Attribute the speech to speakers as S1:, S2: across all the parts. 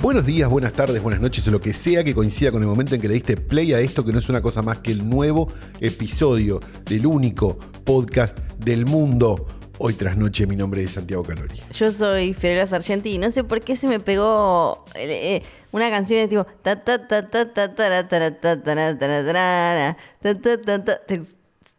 S1: Buenos días, buenas tardes, buenas noches, o lo que sea que coincida con el momento en que le diste play a esto, que no es una cosa más que el nuevo episodio del único podcast del mundo. Hoy tras noche, mi nombre es Santiago Calori.
S2: Yo soy Fiorella Sargenti y no sé por qué se me pegó eh, eh, una canción de tipo ta ta ta ta ta ta ta ta ta ta ta ta ta ta ta ta ¿Te-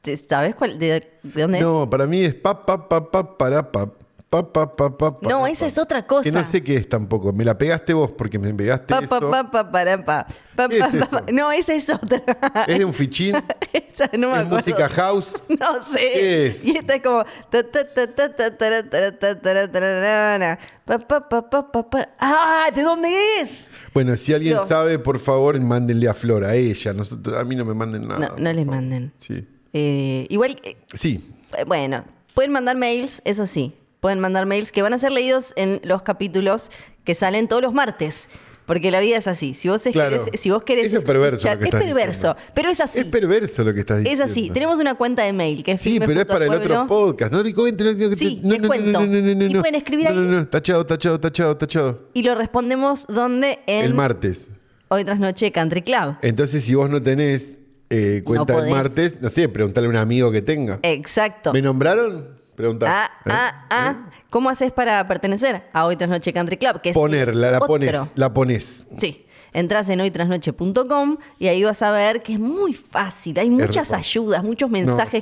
S2: te- ¿Sabes cuál? ¿De, de dónde
S1: No, para mí es pa pa pa pa para pa pa pa pa pa.
S2: es?
S1: pa,
S2: No,
S1: pa,
S2: esa
S1: pa.
S2: es otra cosa.
S1: Que no sé qué es tampoco. Me la pegaste vos porque me pegaste
S2: Pa, pa,
S1: eso.
S2: pa, pa, para, pa. Pa,
S1: ¿Qué
S2: pa,
S1: es
S2: pa,
S1: eso?
S2: pa. No, esa es otra.
S1: Es de un fichín.
S2: Esa no me
S1: es
S2: acuerdo.
S1: música house.
S2: No sé.
S1: ¿Qué es?
S2: Y esta es como. ta, ta, ta, ta, ta, ta, ta, ta, ta, ta, pa, pa, pa, pa, pa, pa. ¡Ah! ¿De dónde es?
S1: Bueno, si alguien
S2: Dios.
S1: sabe, por favor, mándenle a Flor, a ella. Nosotros- a mí no me manden nada.
S2: No, no les manden.
S1: Sí.
S2: Eh, igual, eh,
S1: Sí,
S2: bueno, pueden mandar mails, eso sí. Pueden mandar mails que van a ser leídos en los capítulos que salen todos los martes. Porque la vida es así. Si vos, es-
S1: Claro.
S2: querés- si vos querés.
S1: Eso es perverso
S2: escuchar-
S1: lo que
S2: es
S1: estás
S2: perverso,
S1: diciendo.
S2: pero es así.
S1: Es perverso lo que estás
S2: Es
S1: diciendo.
S2: así. Tenemos una cuenta de mail que es
S1: Sí,
S2: firme
S1: pero es
S2: junto al
S1: para el
S2: pueblo.
S1: otro podcast. No, Nico, vente, no, no,
S2: Sí,
S1: no,
S2: les
S1: no, no,
S2: cuento.
S1: no, no, no, no,
S2: Y
S1: no.
S2: pueden escribir
S1: No, no,
S2: ahí.
S1: no. Tachado, tachado, tachado, tachado.
S2: Y lo respondemos donde en
S1: El martes.
S2: Hoy tras noche Country Club.
S1: Entonces, si vos no tenés eh, cuenta
S2: No
S1: el
S2: podés.
S1: martes, no sé, preguntale a un amigo que tenga.
S2: Exacto.
S1: ¿Me nombraron? ¿Eh? Preguntá.
S2: Ah, ah, ah. ¿Cómo haces para pertenecer a Hoy tras noche Country Club? Que es
S1: Ponerla, ¿Eh? la
S2: otro.
S1: pones, la pones.
S2: Sí. Entrás en hoytrasnoche.com y ahí vas a ver que es muy fácil. Hay muchas
S1: re fácil.
S2: ayudas, muchos mensajes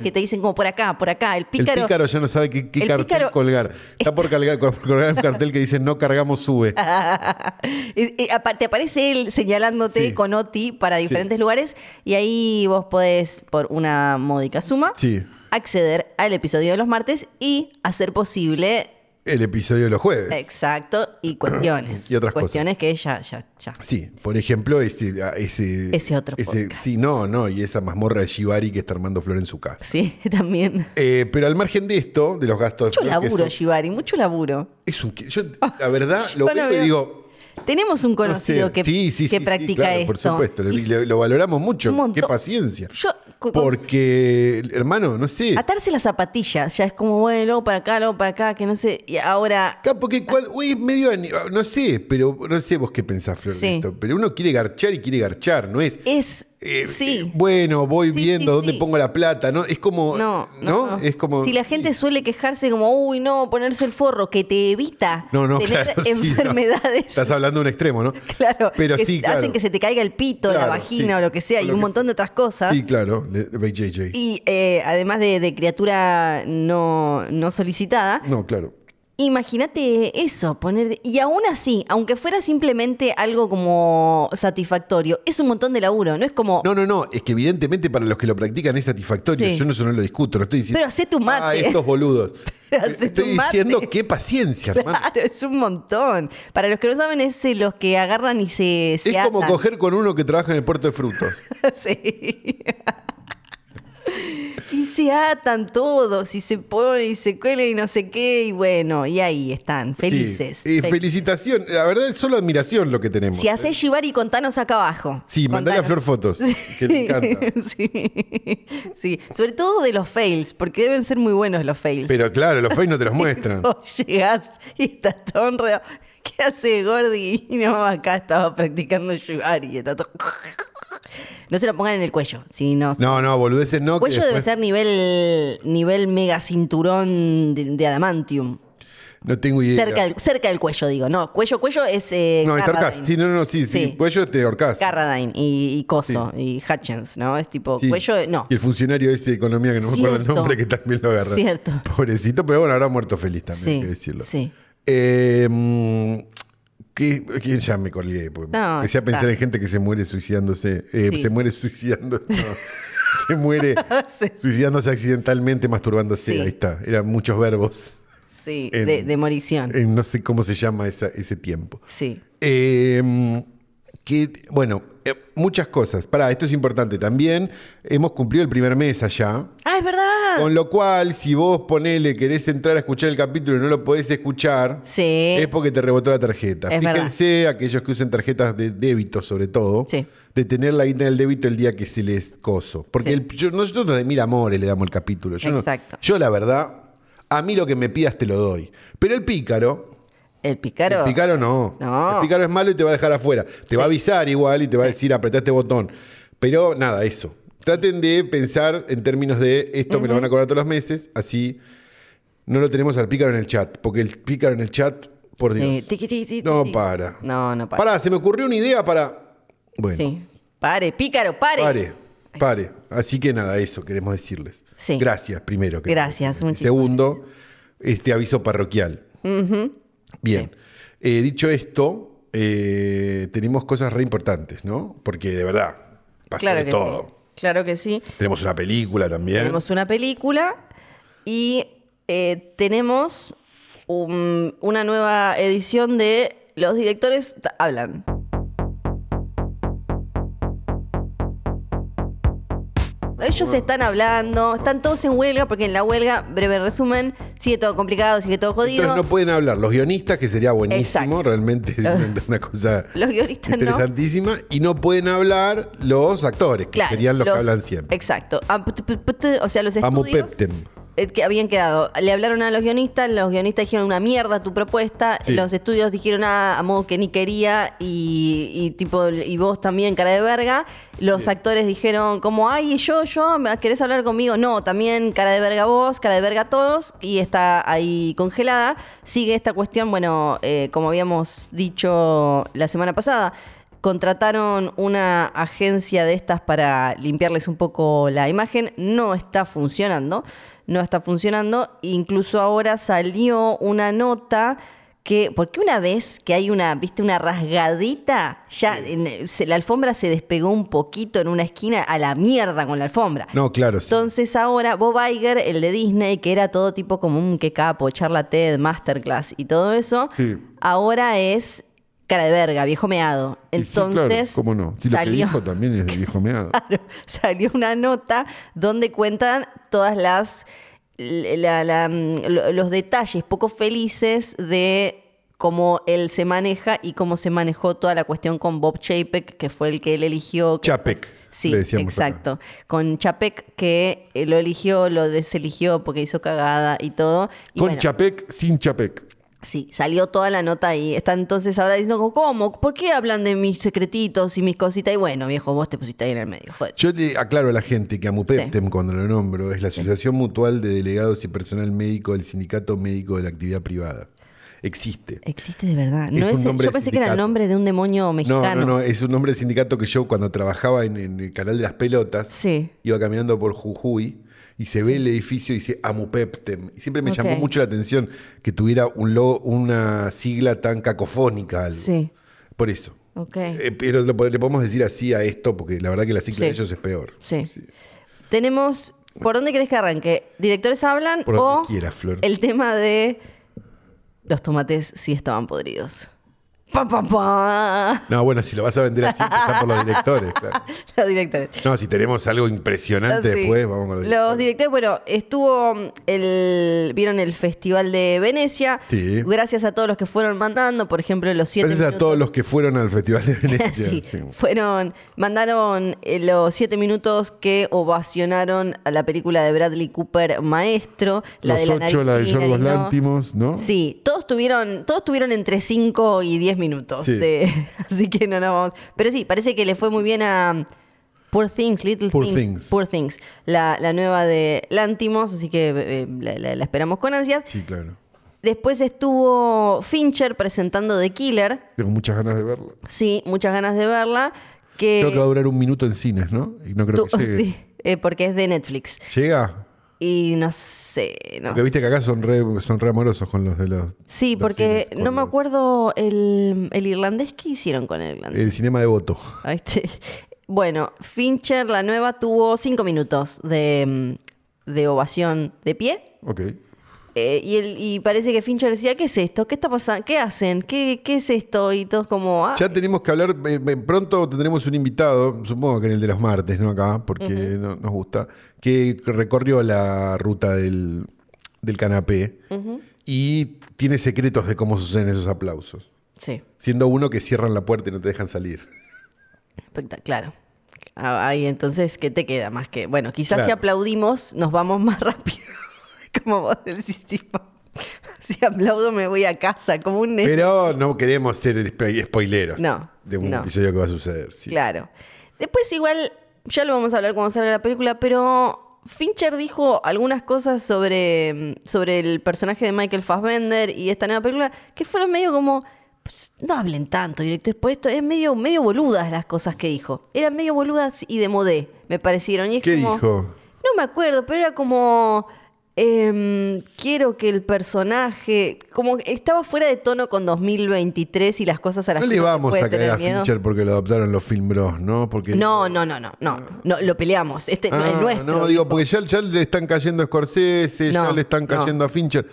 S1: sí.
S2: que te dicen como por acá, por acá. El
S1: El
S2: pícaro.
S1: pícaro ya no sabe qué, qué
S2: El
S1: cartel
S2: pícaro-
S1: colgar. Está por colgar, por colgar un cartel que dice no cargamos, sube.
S2: Y- y apa- te aparece él señalándote
S1: Sí.
S2: con OTI para diferentes lugares y ahí vos podés, por una módica suma,
S1: Sí.
S2: acceder al episodio de los martes y hacer posible
S1: El episodio de los jueves.
S2: Exacto, y cuestiones.
S1: Y otras cosas.
S2: cuestiones que ya, ya, ya.
S1: Sí, por ejemplo, ese, a- ese,
S2: Ese otro podcast.
S1: Sí, no, no, y esa mazmorra de Shibari que está armando Flor en su casa.
S2: Sí, también.
S1: Eh, pero al margen de esto, de los gastos de
S2: Mucho
S1: Flor, que
S2: laburo,
S1: es un-
S2: Shibari, mucho laburo.
S1: es un qui- yo, la verdad, lo
S2: Yo lo
S1: veo y
S2: veo.
S1: digo.
S2: Tenemos un
S1: no sé,
S2: conocido que,
S1: sí, sí,
S2: que
S1: sí, sí,
S2: practica
S1: claro,
S2: esto.
S1: Por supuesto, le-
S2: Y
S1: le- lo valoramos mucho.
S2: un montón.
S1: Qué paciencia.
S2: Yo, cu-
S1: Porque, hermano, no sé.
S2: Atarse las zapatillas, ya es como, bueno, luego para acá, luego para acá, que no sé. Y ahora,
S1: Acá, Porque cuad- uy, es medio. ani- No sé, pero no sé vos qué pensás, Flor, de
S2: Sí.
S1: esto. Pero uno quiere garchar y quiere garchar, ¿no es?
S2: es.
S1: Eh, eh,
S2: sí.
S1: bueno, voy
S2: Sí,
S1: viendo
S2: sí,
S1: dónde
S2: sí.
S1: pongo la plata, ¿no? Es como.
S2: No, no, no.
S1: Es como.
S2: Si la
S1: sí.
S2: gente suele quejarse como, uy, no, ponerse el forro, que te evita
S1: No, no,
S2: tener
S1: claro, sí, no.
S2: enfermedades.
S1: Estás hablando de un extremo, ¿no?
S2: Claro,
S1: Pero
S2: que
S1: sí,
S2: hacen
S1: claro.
S2: que se te caiga el pito, la
S1: Claro,
S2: vagina
S1: sí.
S2: o lo que sea,
S1: O
S2: y
S1: lo
S2: un
S1: que
S2: montón de otras cosas.
S1: Sí, claro, le- de BJJ.
S2: Y eh, además de, de criatura no, no solicitada,
S1: No, claro.
S2: imagínate eso, poner... Y aún así, aunque fuera simplemente algo como satisfactorio, es un montón de laburo, no es como...
S1: No, no, no, es que evidentemente para los que lo practican es satisfactorio.
S2: Sí.
S1: Yo no, eso no lo discuto, no estoy diciendo.
S2: Pero hacé tu mate.
S1: Ah, estos boludos.
S2: Pero hacé
S1: estoy
S2: tu mate.
S1: diciendo qué paciencia, hermano.
S2: Claro, es un montón. Para los que no saben, es eh, los que agarran y se, se
S1: Es como
S2: atan.
S1: coger con uno que trabaja en el puerto de frutos.
S2: Sí. Y se atan todos, y se ponen, y se cuelgan, y no sé qué, y bueno, y ahí están, felices.
S1: Sí. Eh,
S2: Fe-
S1: felicitación. La verdad es solo admiración lo que tenemos. ¿eh?
S2: Si haces Shibari, contanos acá abajo.
S1: Sí, mandale a Flor
S2: Contanos.
S1: fotos. Que le encanta.
S2: sí. Sí. sobre todo de los fails, porque deben ser muy buenos los fails.
S1: Pero claro, los feos no te los muestran.
S2: Vos llegás y estás todo enredado. ¿Qué hace Gordi? Y no, acá estaba practicando Shibari. y está todo- No se lo pongan en el cuello, si no se-
S1: No, no, boludeces no. que
S2: Cuello debe
S1: después
S2: ser nivel, nivel mega cinturón de, de adamantium.
S1: No tengo idea.
S2: Cerca del, cerca del cuello, digo. No, cuello, cuello es. eh,
S1: No, te
S2: Carradine.
S1: ahorcás. Sí, no, no, sí, sí.
S2: Sí.
S1: Cuello te ahorcás.
S2: Carradine y, y Coso y Hutchins, ¿no? Es tipo,
S1: Sí.
S2: cuello, no.
S1: Y el funcionario ese de economía, que no me acuerdo el
S2: Cierto.
S1: nombre, que también lo agarra.
S2: Cierto.
S1: Pobrecito, pero bueno, habrá muerto feliz también,
S2: Sí,
S1: hay que decirlo.
S2: sí.
S1: Eh, mm, ¿qué- qué- ya me colgué, porque
S2: No,
S1: empecé a
S2: ya
S1: pensar
S2: está.
S1: en gente que se muere suicidándose. eh,
S2: Sí.
S1: Se muere suicidándose. no. se muere
S2: Sí.
S1: suicidándose accidentalmente, masturbándose.
S2: Sí.
S1: Ahí está. Eran muchos verbos.
S2: Sí,
S1: En- eh,
S2: de, de morición.
S1: en no sé cómo se llama esa- ese tiempo.
S2: sí.
S1: Eh, que, bueno, eh, muchas cosas. Pará, esto es importante. También hemos cumplido el primer mes allá.
S2: Ah, es verdad.
S1: Con lo cual, si vos ponele, querés entrar a escuchar el capítulo y no lo podés escuchar,
S2: Sí.
S1: es porque te rebotó la tarjeta.
S2: Es verdad.
S1: Fíjense, aquellos que usan tarjetas de débito, sobre todo,
S2: Sí.
S1: de tener la guita del débito el día que se les coso. Porque
S2: Sí.
S1: el- yo- nosotros de mil amores le damos el capítulo. Yo no-
S2: Exacto.
S1: yo, la verdad, a mí lo que me pidas te lo doy. Pero el pícaro.
S2: El pícaro.
S1: El pícaro no.
S2: No.
S1: El pícaro es malo y te va a dejar afuera. Te va a avisar igual y te va a decir apretá este botón. Pero nada, eso. Traten de pensar en términos de esto me lo van a cobrar todos los meses, así no lo tenemos al pícaro en el chat. Porque el pícaro en el chat, por Dios.
S2: Sí, tiqui, tiqui, tiqui,
S1: no
S2: tiqui.
S1: para.
S2: No, no para.
S1: Pará, se me ocurrió una idea para. Bueno,
S2: Sí. Pare, pícaro, pare.
S1: pare, pare. Así que nada, eso queremos decirles.
S2: Sí.
S1: Gracias, primero. queremos
S2: Gracias,
S1: decirles.
S2: muchísimas
S1: Segundo, este aviso parroquial. Bien. Eh, dicho esto, eh, tenemos cosas re importantes, ¿no? Porque de verdad, pasó
S2: Claro
S1: de
S2: que
S1: todo.
S2: sí. Claro que sí.
S1: Tenemos una película también.
S2: Tenemos una película y eh, tenemos un- una nueva edición de Los directores t- hablan. Ellos están hablando, están todos en huelga, porque en la huelga, breve resumen, sigue todo complicado, sigue todo jodido.
S1: Entonces no pueden hablar los guionistas, que sería buenísimo,
S2: Exacto.
S1: realmente es una- una cosa
S2: Los guionistas no.
S1: interesantísima. Y no pueden hablar los actores, que
S2: Claro,
S1: serían los, que hablan siempre.
S2: Exacto. Ah, put, put, put, O sea, los estudios
S1: Amupeptem.
S2: eh, que habían quedado. Le hablaron a los guionistas, los guionistas dijeron una mierda tu propuesta,
S1: Sí.
S2: los estudios dijeron ah, a modo que ni quería y, y tipo y vos también cara de verga. Los actores dijeron como, "Ay, yo yo, ¿me- ¿querés hablar conmigo?" No, también cara de verga vos, cara de verga todos y está ahí congelada. Sigue esta cuestión, bueno, eh, como habíamos dicho la semana pasada, Contrataron una agencia de estas para limpiarles un poco la imagen. No está funcionando. No está funcionando. Incluso ahora salió una nota que. Porque una vez que hay una, viste, una rasgadita, ya en- eh, se- la alfombra se despegó un poquito en una esquina a la mierda con la alfombra.
S1: No, claro. sí.
S2: Entonces ahora Bob Iger, el de Disney, que era todo tipo como un que capo, charla TED, masterclass y todo eso,
S1: Sí.
S2: ahora es cara de verga, viejo meado.
S1: Y sí, claro,
S2: Entonces,
S1: ¿Cómo no? Si lo que
S2: salió-
S1: dijo también es de viejo meado.
S2: Claro, salió una nota donde cuentan todas las la- la- mm, lo- los detalles poco felices de cómo él se maneja y cómo se manejó toda la cuestión con Bob Chapek, que fue el que él eligió. que
S1: Chapek,
S2: después- pues, Sí,
S1: le decíamos acá.
S2: exacto. Con Chapek, que eh, lo eligió, lo deseligió porque hizo cagada y todo. Y
S1: Con
S2: bueno,
S1: Chapec, sin Chapec.
S2: Sí, salió toda la nota ahí. Está entonces ahora diciendo, como, ¿cómo? ¿Por qué hablan de mis secretitos y mis cositas? Y bueno, viejo, vos te pusiste ahí en el medio. Joder.
S1: Yo le aclaro a la gente que AMUPEPTEM, cuando lo nombro, es la Asociación Mutual de Delegados y Personal Médico del Sindicato Médico de la Actividad Privada. Existe.
S2: Existe de verdad.
S1: Es
S2: No
S1: un
S2: es,
S1: nombre
S2: yo
S1: de
S2: pensé que era el
S1: sindicato.
S2: nombre de un demonio
S1: No,
S2: mexicano.
S1: no, no, es un nombre de sindicato que yo cuando trabajaba en, en el canal de las pelotas,
S2: Sí.
S1: iba caminando por Jujuy y se ve el edificio y dice AMUPEPTEM. Y siempre me llamó
S2: Ok.
S1: mucho la atención que tuviera un logo- una sigla tan cacofónica. algo.
S2: Sí.
S1: Por eso.
S2: Ok.
S1: Eh, pero lo pod- le podemos decir así a esto porque la verdad que la sigla
S2: Sí.
S1: de ellos es peor.
S2: sí. Tenemos. ¿Por dónde querés que arranque? ¿Directores hablan
S1: Por
S2: o
S1: donde quieras, Flor.
S2: el tema de los tomates sí estaban podridos? ¡Pam, pam, pam!
S1: No, bueno, si lo vas a vender así, está por los directores, claro.
S2: Los directores.
S1: No, si tenemos algo impresionante
S2: Sí.
S1: después, pues, vamos con los directores.
S2: directores, bueno, estuvo mm, el. Vieron el Festival de Venecia.
S1: Sí.
S2: Gracias a todos los que fueron mandando, por ejemplo, los siete
S1: Gracias a
S2: minutos-
S1: todos los que fueron al Festival de Venecia.
S2: Sí,
S1: sí.
S2: fueron, mandaron eh, los siete minutos que ovacionaron a la película de Bradley Cooper, Maestro, la
S1: los
S2: de la
S1: ocho, la de
S2: naricina y
S1: Yorgos
S2: no.
S1: Lántimos, ¿no?
S2: Sí, todos tuvieron, todos tuvieron entre 5 y 10 minutos.
S1: Sí.
S2: de- así que no nos vamos. Pero sí, parece que le fue muy bien a Poor Things, Little
S1: Poor
S2: Things,
S1: Things.
S2: Poor Things, la, la nueva de Lántimos, así que eh, la- la- la esperamos con ansias.
S1: Sí, claro.
S2: Después estuvo Fincher presentando The Killer.
S1: Tengo muchas ganas de verla.
S2: Sí, muchas ganas de verla. Que
S1: Creo que va a durar un minuto en cines, ¿no? Y no creo
S2: Eh. tú-
S1: que llegue.
S2: sí, eh, porque es de Netflix.
S1: ¿Llega?
S2: Y no sé, no
S1: Porque viste que acá son re, son re amorosos con los de los.
S2: Sí,
S1: los
S2: porque
S1: cines, con
S2: no me
S1: los-
S2: acuerdo el, el irlandés que hicieron con el irlandés.
S1: El cinema de voto.
S2: Ahí te- Bueno, Fincher, la nueva, tuvo cinco minutos de, mm, de ovación de pie.
S1: Ok.
S2: Eh, y, el, y parece que Fincher decía, ¿qué es esto? ¿Qué está pasando? ¿Qué hacen? ¿Qué, qué es esto? Y todos como, ah,
S1: Ya tenemos que hablar, eh, eh, pronto tendremos un invitado, supongo que en el de los martes, ¿no? Acá, porque no- nos gusta, que recorrió la ruta del, del canapé y tiene secretos de cómo suceden esos aplausos.
S2: sí,
S1: Siendo uno que cierran la puerta y no te dejan salir.
S2: espectac- claro. Ah, Ahí entonces, ¿qué te queda más que? Bueno, quizás si
S1: Claro.
S2: aplaudimos, nos vamos más rápido. como vos decís, tipo, si aplaudo me voy a casa, como un nene.
S1: Pero no queremos ser spo- spoileros
S2: No,
S1: de un
S2: no.
S1: episodio que va a suceder. sí.
S2: Claro. Después igual, ya lo vamos a hablar cuando salga la película, pero Fincher dijo algunas cosas sobre, mm, sobre el personaje de Michael Fassbender y esta nueva película que fueron medio como, "Pues, no hablen tanto, directores, por esto es medio, medio boludas las cosas que dijo. Eran medio boludas y de modé, me parecieron. Y es
S1: ¿Qué
S2: como-
S1: dijo?
S2: no me acuerdo, pero era como. em, quiero que el personaje. Como que estaba fuera de tono con 2023 y las cosas a las
S1: No
S2: que
S1: le
S2: uno
S1: vamos
S2: puede
S1: a caer
S2: tener
S1: a
S2: miedo.
S1: Fincher porque lo adoptaron los film bros, ¿no? Porque
S2: No, no, no, no, no, no, lo peleamos. Este no
S1: Ah,
S2: es nuestro.
S1: No, digo, porque ya, ya le están cayendo a Scorsese, ya
S2: No,
S1: le están cayendo a Fincher.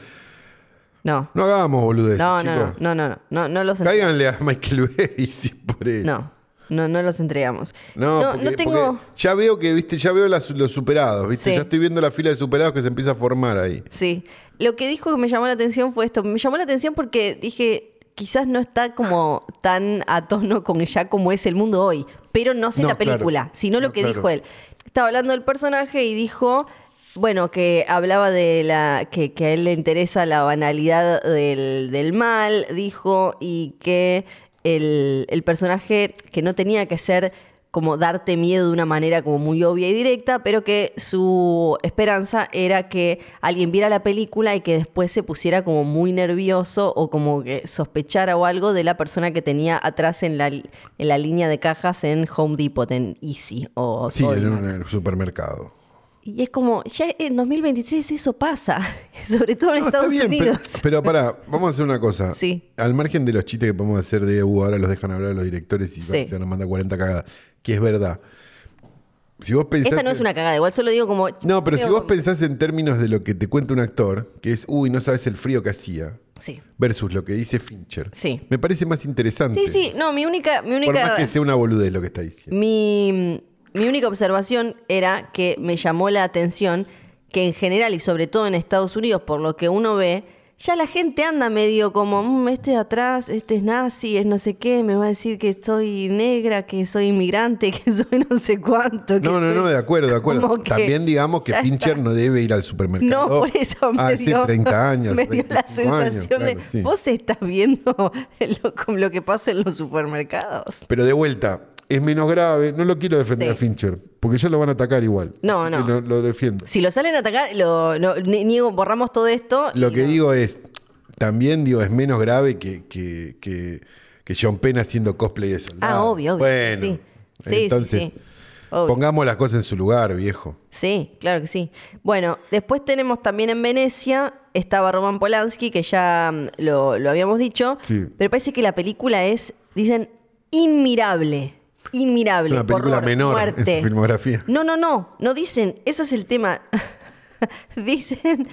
S2: No,
S1: No hagamos boludeces,
S2: no, no,
S1: chicos.
S2: no, no, no, no, no los entregamos.
S1: Cáiganle a Michael Bay si por eso.
S2: No, no, no los entregamos.
S1: No,
S2: no,
S1: porque,
S2: no tengo.
S1: porque ya veo que, viste, ya veo las- los superados, viste,
S2: Sí.
S1: ya estoy viendo la fila de superados que se empieza a formar ahí.
S2: Sí. Lo que dijo que me llamó la atención fue esto. Me llamó la atención porque dije, quizás no está como tan a tono con ya como es el mundo hoy, pero no sé
S1: No,
S2: la película,
S1: claro.
S2: sino lo
S1: No,
S2: que
S1: claro.
S2: dijo él. Estaba hablando del personaje y dijo, bueno, que hablaba de la que, que a él le interesa la banalidad del, del mal, dijo, y que el, el personaje que no tenía que ser como darte miedo de una manera como muy obvia y directa, pero que su esperanza era que alguien viera la película y que después se pusiera como muy nervioso o como que sospechara o algo de la persona que tenía atrás en la, en la línea de cajas en Home Depot, en Easy o
S1: Sí, en
S2: Sodimac.
S1: un supermercado.
S2: Y es como, ya en 2023 eso pasa, sobre todo en
S1: No,
S2: Estados
S1: está bien,
S2: Unidos.
S1: Pero, pero pará, vamos a hacer una cosa.
S2: Sí.
S1: Al margen de los chistes que podemos hacer de "Uh, ahora los dejan hablar a los directores y
S2: Sí.
S1: se nos manda 40 cagadas, que es verdad. Si vos pensás
S2: Esta no es una cagada, igual solo digo como...
S1: No, pero si
S2: digo
S1: vos
S2: como-
S1: pensás en términos de lo que te cuenta un actor, que es, uy, no sabes el frío que hacía,
S2: Sí.
S1: versus lo que dice Fincher,
S2: Sí.
S1: me parece más interesante.
S2: Sí, sí, no, mi única... Mi única
S1: Por más que sea una boludez lo que está diciendo.
S2: Mi, mi única observación era que me llamó la atención que en general y sobre todo en Estados Unidos, por lo que uno ve, ya la gente anda medio como, "Mm, este de atrás, este es nazi, es no sé qué, me va a decir que soy negra, que soy inmigrante, que soy no sé cuánto. que
S1: No, no,
S2: soy-".
S1: no, de acuerdo, de acuerdo.
S2: Como que-
S1: También digamos que
S2: Ya está.
S1: Fincher no debe ir al supermercado.
S2: No, por eso me
S1: hace
S2: dio,
S1: 30 Ah, años.
S2: me dio la
S1: 25 años,
S2: sensación de,
S1: claro, sí.
S2: vos estás viendo lo, lo que pasa en los supermercados.
S1: Pero de vuelta, es menos grave. No lo quiero defender
S2: Sí.
S1: a Fincher, porque ya lo van a atacar igual.
S2: No,
S1: Así que
S2: no.
S1: Lo, lo defiendo.
S2: Si lo salen a atacar, lo, no, ni- niego, borramos todo esto.
S1: Lo
S2: y
S1: que
S2: no-
S1: digo es, también digo, es menos grave que, que, que, que John Penn haciendo cosplay de soldado.
S2: Ah, obvio, obvio.
S1: Bueno,
S2: sí. Sí, sí,
S1: entonces
S2: sí. Obvio.
S1: pongamos las cosas en su lugar, viejo.
S2: Sí, claro que sí. Bueno, después tenemos también en Venecia, estaba Roman Polanski, que ya mm, lo, lo habíamos dicho,
S1: Sí.
S2: pero parece que la película es, dicen, inmirable. Inmirable.
S1: Una película
S2: horror,
S1: menor en
S2: muerte.
S1: su filmografía.
S2: No, no, no, no dicen, eso es el tema. dicen,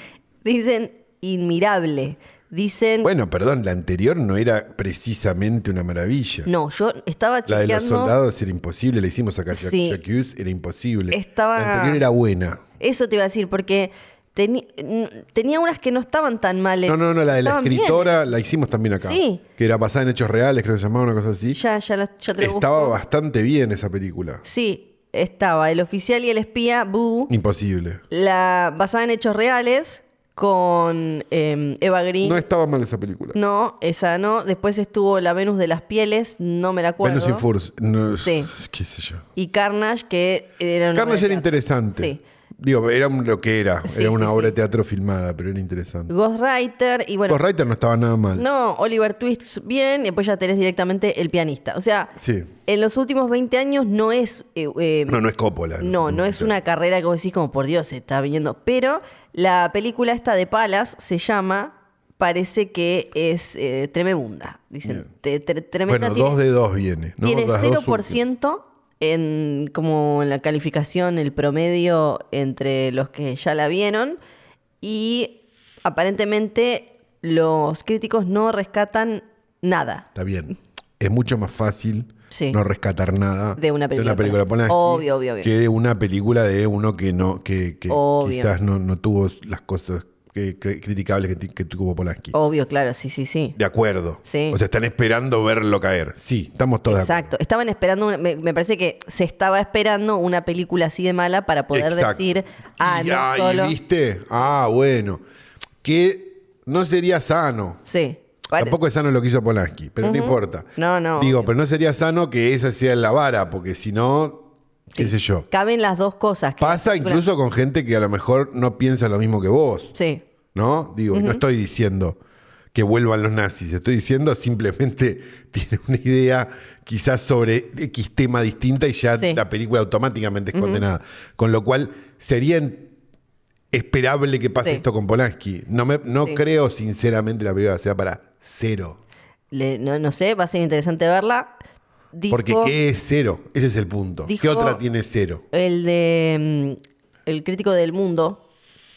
S2: dicen inmirable. Dicen,
S1: Bueno, perdón, la anterior no era precisamente una maravilla.
S2: no, yo estaba
S1: La de
S2: chequeando.
S1: los soldados era imposible, la hicimos acá. Jack,
S2: Sí.
S1: Jack Hughes era imposible.
S2: Estaba-
S1: La anterior era buena.
S2: Eso te iba a decir, porque teni- n- tenía unas que no estaban tan mal. eh.
S1: No, no, no, la de la
S2: Estaban bien.
S1: escritora la hicimos también acá.
S2: Sí.
S1: Que era basada en hechos reales, creo que se llamaba una cosa así.
S2: eh. Ya, ya, lo- ya te lo
S1: Estaba
S2: busco.
S1: bastante bien esa película.
S2: Sí, estaba El Oficial y el Espía, Boo,
S1: Imposible.
S2: la basada en hechos reales, con eh, Eva Green.
S1: No
S2: No,
S1: estaba mal esa película.
S2: esa no. Después estuvo La Venus de las Pieles, no me la acuerdo.
S1: Venus in Furs. No,
S2: Sí.
S1: Qué sé yo.
S2: y Carnage, que era una obra
S1: Carnage era
S2: de teatro.
S1: interesante.
S2: Sí.
S1: Digo, era un- lo que era.
S2: Sí,
S1: era una
S2: sí,
S1: obra de
S2: sí.
S1: teatro filmada, pero era interesante.
S2: Ghostwriter, y bueno,
S1: Ghost Rider no estaba nada mal.
S2: No, Oliver Twist bien, y después ya tenés directamente el pianista. O sea,
S1: Sí.
S2: en los últimos 20 años no es. eh, eh,
S1: No, no es Coppola.
S2: no, no es una carrera que vos decís como por Dios se está viniendo. Pero la película esta de Palas se llama. Parece que es eh, tremebunda. Dicen,
S1: Bien.
S2: te- tre- tremenda.
S1: Bueno,
S2: tiene-
S1: dos de dos viene. ¿no?
S2: tiene
S1: Las dos últimas.
S2: 0% en como en la calificación, el promedio entre los que ya la vieron. Y aparentemente los críticos no rescatan nada.
S1: Está bien. Es mucho más fácil
S2: Sí.
S1: no rescatar nada
S2: De una película
S1: película
S2: polaca.
S1: Polanski
S2: Obvio, obvio, obvio.
S1: que de una película de uno que no que, que
S2: Obvio.
S1: quizás no, no tuvo las cosas que- que- criticables que, ti- que tuvo Polanski.
S2: Obvio, claro, sí, sí, sí.
S1: De acuerdo.
S2: Sí.
S1: O sea, están esperando verlo caer. Sí, estamos todos de acuerdo.
S2: Exacto. Estaban esperando, una- me, me parece que se estaba esperando una película así de mala para poder
S1: Exacto.
S2: decir, ah,
S1: y,
S2: no
S1: ay,
S2: solo.
S1: ¿viste? Ah, bueno. Que no sería sano.
S2: Sí. Pare-
S1: Tampoco es sano lo que hizo Polanski, pero no importa.
S2: No, no,
S1: Digo,
S2: obvio.
S1: pero no sería sano que esa sea la vara, porque si no, qué sé yo.
S2: Caben las dos cosas. que la
S1: Pasa
S2: película-
S1: incluso con gente que a lo mejor no piensa lo mismo que vos,
S2: Sí.
S1: ¿no? Digo, y no estoy diciendo que vuelvan los nazis, estoy diciendo simplemente tiene una idea quizás sobre X tema distinta y ya
S2: Sí.
S1: la película automáticamente es condenada. Con lo cual sería en- esperable que pase
S2: Sí.
S1: esto con Polanski. No, me, no
S2: Sí.
S1: creo sinceramente la película sea para cero.
S2: Le- no, no sé, va a ser interesante verla. Dijo
S1: Porque ¿qué es cero? Ese es el punto. ¿Qué
S2: dijo-
S1: otra tiene cero?
S2: el de mm, el crítico del mundo,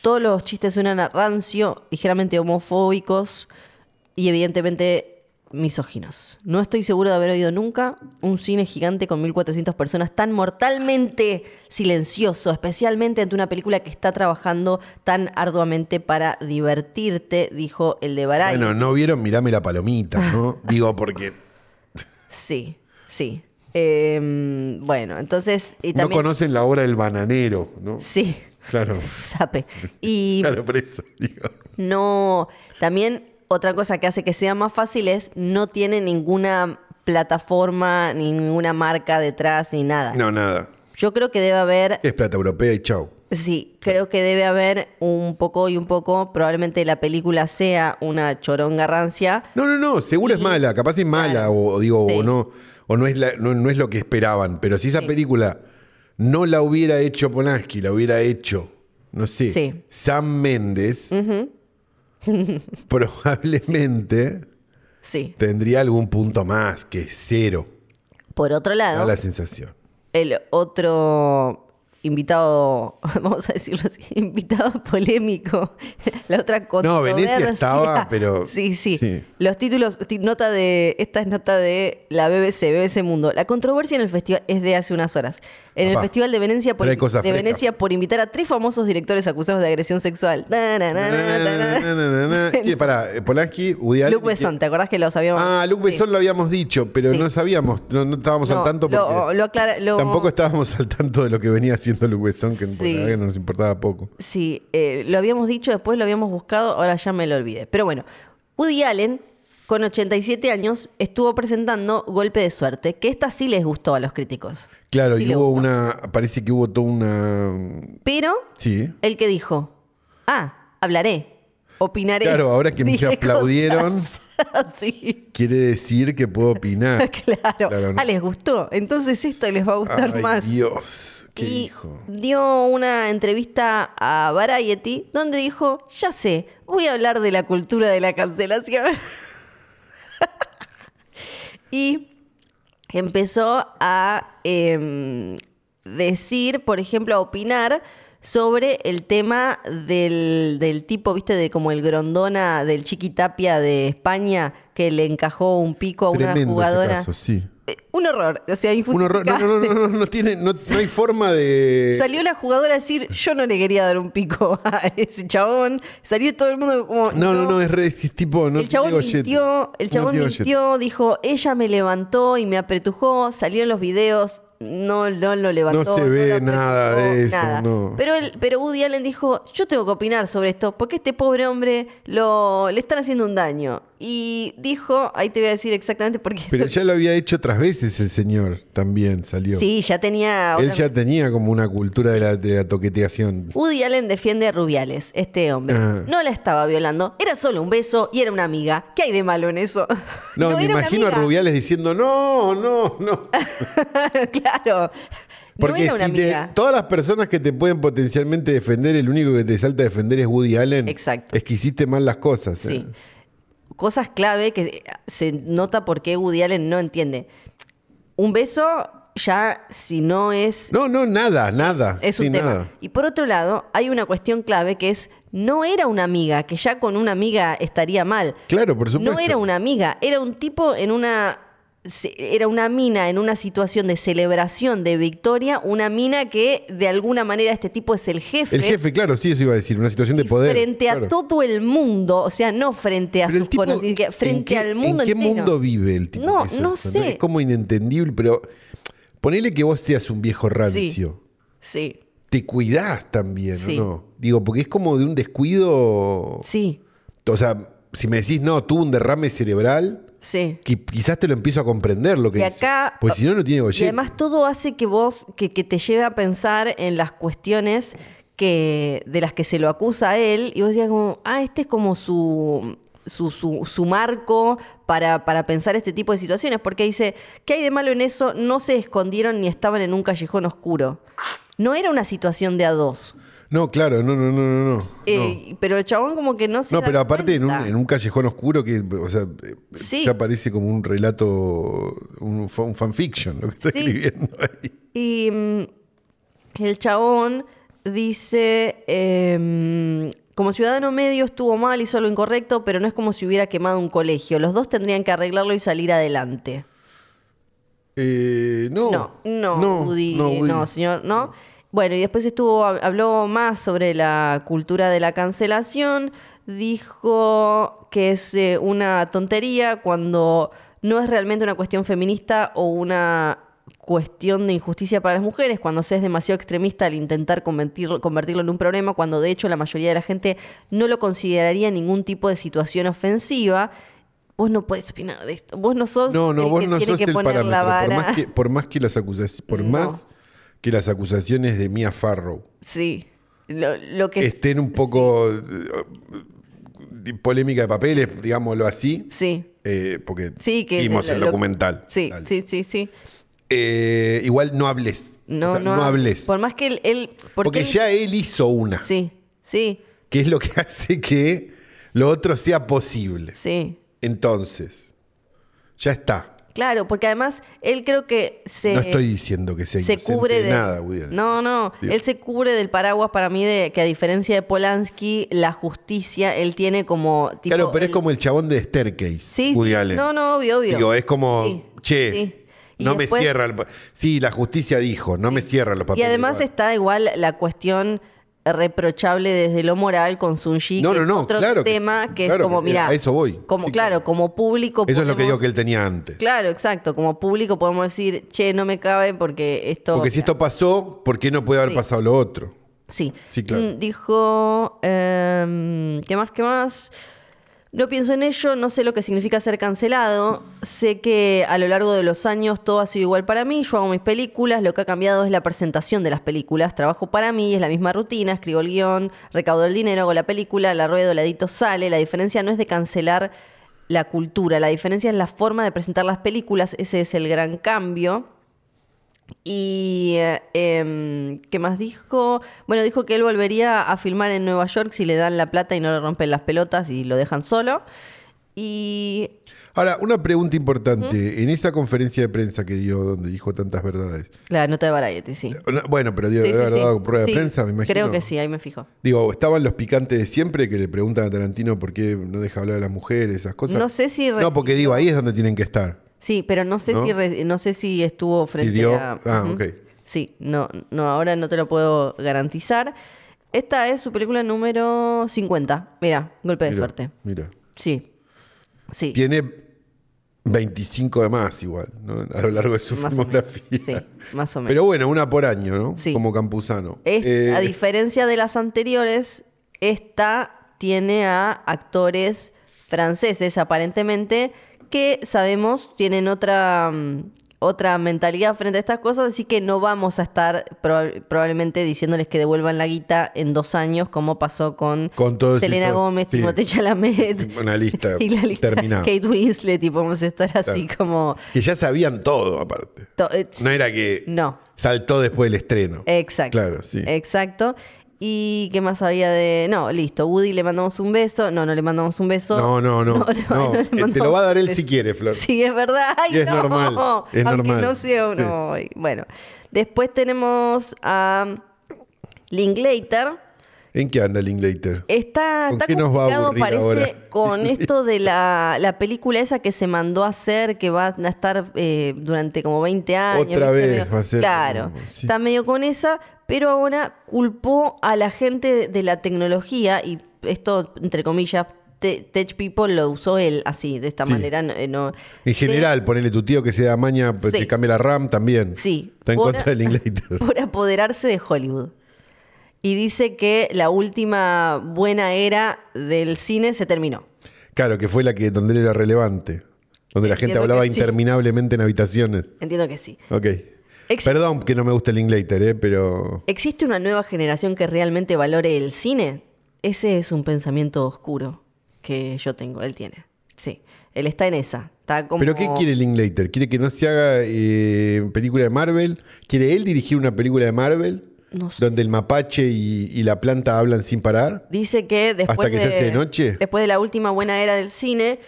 S2: todos los chistes suenan a rancio, ligeramente homofóbicos y evidentemente misóginos. No estoy seguro de haber oído nunca un cine gigante con 1400 personas tan mortalmente silencioso, especialmente ante una película que está trabajando tan arduamente para divertirte, dijo el de Baray.
S1: Bueno, no vieron, mirame la palomita, ¿no? Digo, porque
S2: Sí, sí. Em, bueno, entonces y
S1: no
S2: también
S1: conocen la obra del bananero, ¿no?
S2: sí,
S1: Claro,
S2: sape. Y
S1: claro, por eso, digo.
S2: No, también otra cosa que hace que sea más fácil es no tiene ninguna plataforma, ni ninguna marca detrás, ni nada.
S1: No, nada.
S2: Yo creo que debe haber,
S1: Es plata europea y chau.
S2: sí, creo que debe haber un poco y un poco, probablemente la película sea una choronga rancia.
S1: No, no, no, seguro es
S2: Y-
S1: mala, capaz es mala,
S2: claro,
S1: o, o digo,
S2: sí.
S1: o no, o no es la- no, no es lo que esperaban. Pero si esa película no la hubiera hecho Polanski, la hubiera hecho, no sé,
S2: Sí.
S1: Sam Méndez, probablemente
S2: Sí.
S1: tendría algún punto más que cero.
S2: Por otro
S1: Da
S2: lado,
S1: la sensación.
S2: el otro invitado, vamos a decirlo así, invitado polémico, la otra controversia.
S1: No, Venecia estaba, pero-
S2: Sí, sí,
S1: sí.
S2: Los títulos, ti- nota de, esta es nota de la BBC, BBC Mundo. La controversia en el festival es de hace unas horas. En
S1: Papá,
S2: el Festival de Venecia por,
S1: pero hay cosas
S2: de
S1: frescas.
S2: Venecia por invitar a tres famosos directores acusados de agresión sexual. Na, na, na, na, na, na.
S1: ¿Quién? Pará, eh, Polanski, Woody Allen.
S2: Luke Besson, ¿te acordás que lo sabíamos?
S1: Ah, Luke
S2: Sí.
S1: Besson lo habíamos dicho, pero
S2: Sí.
S1: no sabíamos, no, no estábamos
S2: No,
S1: al tanto porque
S2: lo- lo aclara- lo-
S1: tampoco estábamos al tanto de lo que venía haciendo Luke Besson, que por
S2: Sí.
S1: la verdad que nos importaba poco.
S2: Sí, eh, lo habíamos dicho, después lo habíamos buscado, ahora ya me lo olvidé. Pero bueno, Woody Allen, con 87 años, estuvo presentando Golpe de Suerte, que esta sí les gustó a los críticos.
S1: Claro,
S2: Sí
S1: y
S2: le
S1: hubo
S2: gustó.
S1: una, parece que hubo toda una...
S2: Pero
S1: Sí.
S2: el que dijo, ah, hablaré, opinaré.
S1: Claro, ahora que me
S2: diré
S1: aplaudieron.
S2: cosas". sí,
S1: Quiere decir que puedo opinar.
S2: claro.
S1: ¿no?
S2: Ah, les gustó. Entonces esto les va a gustar
S1: Ay,
S2: más.
S1: Dios, qué
S2: y
S1: hijo.
S2: dio una entrevista a Variety donde dijo, ya sé, voy a hablar de la cultura de la cancelación. y empezó a em, decir, por ejemplo, a opinar sobre el tema del, del tipo, viste, de como el grondona del Chiquitapia de España que le encajó un pico a una
S1: Tremendo ese
S2: jugadora.
S1: caso, sí.
S2: Eh, Un horror, o sea,
S1: Un horror- No, no, no, no, no, no tiene, no, no hay forma de...
S2: Salió la jugadora a decir, yo no le quería dar un pico a ese chabón. Salió todo el mundo como...
S1: No, no, no, es, re- es tipo... No
S2: el chabón
S1: tiene gollete.
S2: mintió, el
S1: No
S2: chabón
S1: tiene gollete.
S2: mintió, dijo, ella me levantó y me apretujó, salieron los videos, no, no lo levantó.
S1: se
S2: lo
S1: ve nada
S2: apretujó,
S1: de eso, no.
S2: Pero, el, pero Woody Allen dijo, yo tengo que opinar sobre esto, porque este pobre hombre lo, le están haciendo un daño. Y dijo, ahí te voy a decir exactamente por qué.
S1: Pero ya lo había hecho otras veces el señor, también salió.
S2: sí, ya tenía...
S1: Él
S2: otra-
S1: ya tenía como una cultura de la, de la toqueteación.
S2: Woody Allen defiende a Rubiales, este hombre.
S1: Ah.
S2: No la estaba violando, era solo un beso y era una amiga. ¿Qué hay de malo en eso?
S1: No, me
S2: era una
S1: imagino a
S2: amiga.
S1: Rubiales diciendo, no, no, no.
S2: claro. no
S1: Porque
S2: era una
S1: si te-
S2: amiga.
S1: todas las personas que te pueden potencialmente defender, el único que te salta a defender es Woody Allen.
S2: Exacto.
S1: Es que hiciste mal las cosas.
S2: Sí.
S1: ¿eh?
S2: Cosas clave que se nota por qué Woody Allen no entiende. Un beso ya si no es
S1: No, no, nada, nada.
S2: es un
S1: Sí,
S2: tema.
S1: nada.
S2: Y por otro lado, hay una cuestión clave que es no era una amiga, que ya con una amiga estaría mal.
S1: Claro, por supuesto.
S2: No era una amiga, era un tipo en una. se- Era una mina en una situación de celebración de victoria, una mina que de alguna manera este tipo es el jefe.
S1: El jefe, claro, sí, eso iba a decir, una situación de
S2: y
S1: poder.
S2: Frente
S1: claro.
S2: a todo el mundo, o sea, no frente a
S1: Pero el
S2: sus
S1: tipo,
S2: conocidos, que
S1: ¿en
S2: frente
S1: qué-
S2: al mundo
S1: ¿En qué
S2: entero.
S1: mundo vive el tipo?
S2: No,
S1: que hizo
S2: no
S1: eso,
S2: sé.
S1: Es como inentendible, pero ponele que vos seas un viejo rancio.
S2: Sí,
S1: Te cuidás también,
S2: Sí.
S1: ¿o no? Digo, porque es como de un descuido.
S2: sí,
S1: O sea, si me decís, no, tuvo un derrame cerebral,
S2: sí.
S1: qui- quizás te lo empiezo a comprender lo que
S2: Y
S1: hizo.
S2: acá-
S1: Pues si no, no tiene
S2: Y
S1: gollete.
S2: además todo hace que vos, que, que te lleve a pensar en las cuestiones que, de las que se lo acusa a él, y vos decías como, ah, este es como su, su, su- su marco para, para pensar este tipo de situaciones, porque dice, ¿qué hay de malo en eso? No se escondieron ni estaban en un callejón oscuro. No era una situación de a dos.
S1: No, claro, no, no, no, no. no.
S2: Eh, Pero el chabón como que no se
S1: No,
S2: da
S1: pero aparte en un,
S2: cuenta.
S1: en un callejón oscuro que, o sea, eh,
S2: Sí.
S1: ya parece como un relato, un, fa- un fanfiction lo que está
S2: Sí.
S1: escribiendo ahí.
S2: Y mm, el chabón dice, em, como ciudadano medio estuvo mal, hizo lo incorrecto, pero no es como si hubiera quemado un colegio. Los dos tendrían que arreglarlo y salir adelante.
S1: Eh, no,
S2: No, no, Woody, no,
S1: Woody.
S2: señor, no. Bueno, y después estuvo, hab- habló más sobre la cultura de la cancelación. Dijo que es eh, una tontería cuando no es realmente una cuestión feminista o una cuestión de injusticia para las mujeres, cuando se es demasiado extremista al intentar convertirlo, convertirlo en un problema, cuando de hecho la mayoría de la gente no lo consideraría ningún tipo de situación ofensiva. Vos no podés opinar de esto. Vos no sos
S1: No, no,
S2: el
S1: vos
S2: que
S1: no
S2: tiene
S1: sos
S2: que
S1: el
S2: poner
S1: parámetro.
S2: la
S1: Por
S2: vara.
S1: más, que, por más que las acusaciones, por
S2: No.
S1: más que las acusaciones de Mia Farrow
S2: Sí. Lo, lo que
S1: estén un poco eh, polémica de papeles, digámoslo así,
S2: Sí.
S1: eh, porque
S2: Sí, que
S1: vimos
S2: lo-
S1: el
S2: lo-
S1: documental.
S2: Sí,
S1: Dale.
S2: sí, sí, sí.
S1: Eh, igual no hables.
S2: No,
S1: O sea,
S2: no,
S1: no hables.
S2: Por más que él. él- porque
S1: Porque
S2: él-
S1: ya él hizo una,
S2: Sí, sí,
S1: que es lo que hace que lo otro sea posible.
S2: sí.
S1: Entonces, ya está.
S2: Claro, porque además él creo que se.
S1: no estoy diciendo que sea
S2: se
S1: inocente
S2: cubre de
S1: nada, Woody Allen.
S2: No, no,
S1: Digo.
S2: él se cubre del paraguas para mí de que a diferencia de Polanski, la justicia él tiene como tipo,
S1: claro, pero es
S2: el-
S1: como el chabón de Staircase,
S2: Sí,
S1: Woody
S2: sí.
S1: Allen.
S2: No, no, obvio, obio
S1: Digo, es como,
S2: Sí,
S1: che,
S2: sí. Y
S1: no
S2: después-
S1: me cierra. el pa- Sí, la justicia dijo, no me cierra los
S2: Y
S1: papeles.
S2: además
S1: igual.
S2: está igual la cuestión reprochable desde lo moral con Sun Yi,
S1: No,
S2: que
S1: no,
S2: es
S1: no,
S2: otro
S1: claro que
S2: tema
S1: sí,
S2: que, es
S1: claro
S2: como,
S1: que- eh,
S2: mira,
S1: a eso voy.
S2: Como,
S1: Sí,
S2: claro, como público.
S1: Eso es lo que digo
S2: podemos-
S1: que él tenía antes.
S2: Claro, exacto. Como público podemos decir, che, no me cabe porque esto.
S1: Porque si esto pasó, ¿por qué no puede haber
S2: Sí.
S1: pasado lo otro?
S2: Sí.
S1: Sí, claro.
S2: Mm, Dijo, em, ¿qué más, qué más? No pienso en ello, no sé lo que significa ser cancelado. Sé que a lo largo de los años todo ha sido igual para mí. Yo hago mis películas, lo que ha cambiado es la presentación de las películas. Trabajo para mí, es la misma rutina, escribo el guión, recaudo el dinero, hago la película, la ruedo, la edito, sale. La diferencia no es de cancelar la cultura, la diferencia es la forma de presentar las películas. Ese es el gran cambio. Y eh, em, qué más dijo, bueno, dijo que él volvería a filmar en Nueva York si le dan la plata y no le rompen las pelotas y lo dejan solo. Y
S1: Ahora, una pregunta importante. En esa conferencia de prensa que dio, donde dijo tantas verdades.
S2: la nota de Variety, sí.
S1: No, Bueno, pero dio,
S2: Sí, sí,
S1: haber
S2: sí.
S1: dado prueba
S2: Sí,
S1: de prensa, me imagino.
S2: Creo que sí, ahí me fijo.
S1: Digo, estaban los picantes de siempre que le preguntan a Tarantino por qué no deja hablar a las mujeres, esas cosas.
S2: No sé si
S1: No, porque digo, ahí es donde tienen que estar.
S2: Sí, pero no sé
S1: ¿No?
S2: si re- no sé si estuvo frente
S1: dio-
S2: a
S1: ah,
S2: Ujú.
S1: ok.
S2: Sí, no no ahora no te lo puedo garantizar. Esta es su película número 50. Mira, golpe de
S1: Mira,
S2: suerte.
S1: Mira.
S2: Sí. Sí.
S1: Tiene 25 de más igual, ¿no? A lo largo de su
S2: Más o menos,
S1: filmografía.
S2: sí, más o menos.
S1: Pero bueno, una por año, ¿no?
S2: Sí.
S1: Como Campuzano.
S2: Es-
S1: Eh,
S2: a diferencia de las anteriores, esta tiene a actores franceses, aparentemente, que sabemos tienen otra, mm, otra mentalidad frente a estas cosas, así que no vamos a estar proba- probablemente diciéndoles que devuelvan la guita en dos años, como pasó con,
S1: Con todos
S2: Selena
S1: esos-
S2: Gómez,
S1: sí.
S2: Timothée Chalamet.
S1: Una lista
S2: y la lista
S1: terminada.
S2: Kate Winslet, y vamos a estar así
S1: Claro.
S2: como...
S1: Que ya sabían todo, aparte.
S2: to- it's-
S1: No era que
S2: No.
S1: saltó después del estreno.
S2: Exacto.
S1: Claro, sí.
S2: Exacto. ¿Y qué más había de.? No, listo. Woody le mandamos un beso. No, no le mandamos un beso.
S1: No, no, no.
S2: le-
S1: No,
S2: le
S1: eh, te
S2: mandamos
S1: lo va a dar
S2: un
S1: él
S2: beso.
S1: si quiere, Flor.
S2: Sí, es verdad.
S1: Y
S2: Ay,
S1: es
S2: no.
S1: normal, es
S2: Aunque
S1: normal.
S2: no sea
S1: Sí.
S2: uno hoy. Bueno, después tenemos a Linklater,
S1: ¿En qué anda Linklater?
S2: Está,
S1: ¿Con
S2: está
S1: qué nos va a
S2: complicado,
S1: aburrir
S2: parece,
S1: ahora?
S2: con esto de la, la película esa que se mandó a hacer, que va a estar eh, durante como 20 años.
S1: Otra
S2: ¿viste?
S1: vez
S2: Medio-
S1: va a ser
S2: Claro,
S1: como- sí.
S2: está medio con esa, pero ahora culpó a la gente de la tecnología, y esto, entre comillas, te- Tech People lo usó él así, de esta
S1: Sí.
S2: manera. no- eh, no-
S1: En general, ponele tu tío que se da maña, pues,
S2: Sí.
S1: te cambia la RAM también.
S2: Sí.
S1: Está en
S2: Por-
S1: contra de Linklater.
S2: por apoderarse de Hollywood. Y dice que la última buena era del cine se terminó.
S1: Claro, que fue la que donde él era relevante. Donde la gente
S2: Entiendo
S1: hablaba
S2: que sí.
S1: interminablemente en habitaciones.
S2: Entiendo que sí.
S1: Ok.
S2: Ex-
S1: Perdón que no me guste Linklater, ¿eh? pero.
S2: ¿Existe una nueva generación que realmente valore el cine? Ese es un pensamiento oscuro que yo tengo, él tiene. Sí, él está en esa. Está como...
S1: ¿Pero qué quiere Linklater? ¿Quiere que no se haga eh, película de Marvel? ¿Quiere él dirigir una película de Marvel?
S2: No sé.
S1: Donde el mapache y, y la planta hablan sin parar.
S2: Dice que después
S1: ¿Hasta que se
S2: de-
S1: hace de noche?
S2: Después de la última buena era del cine,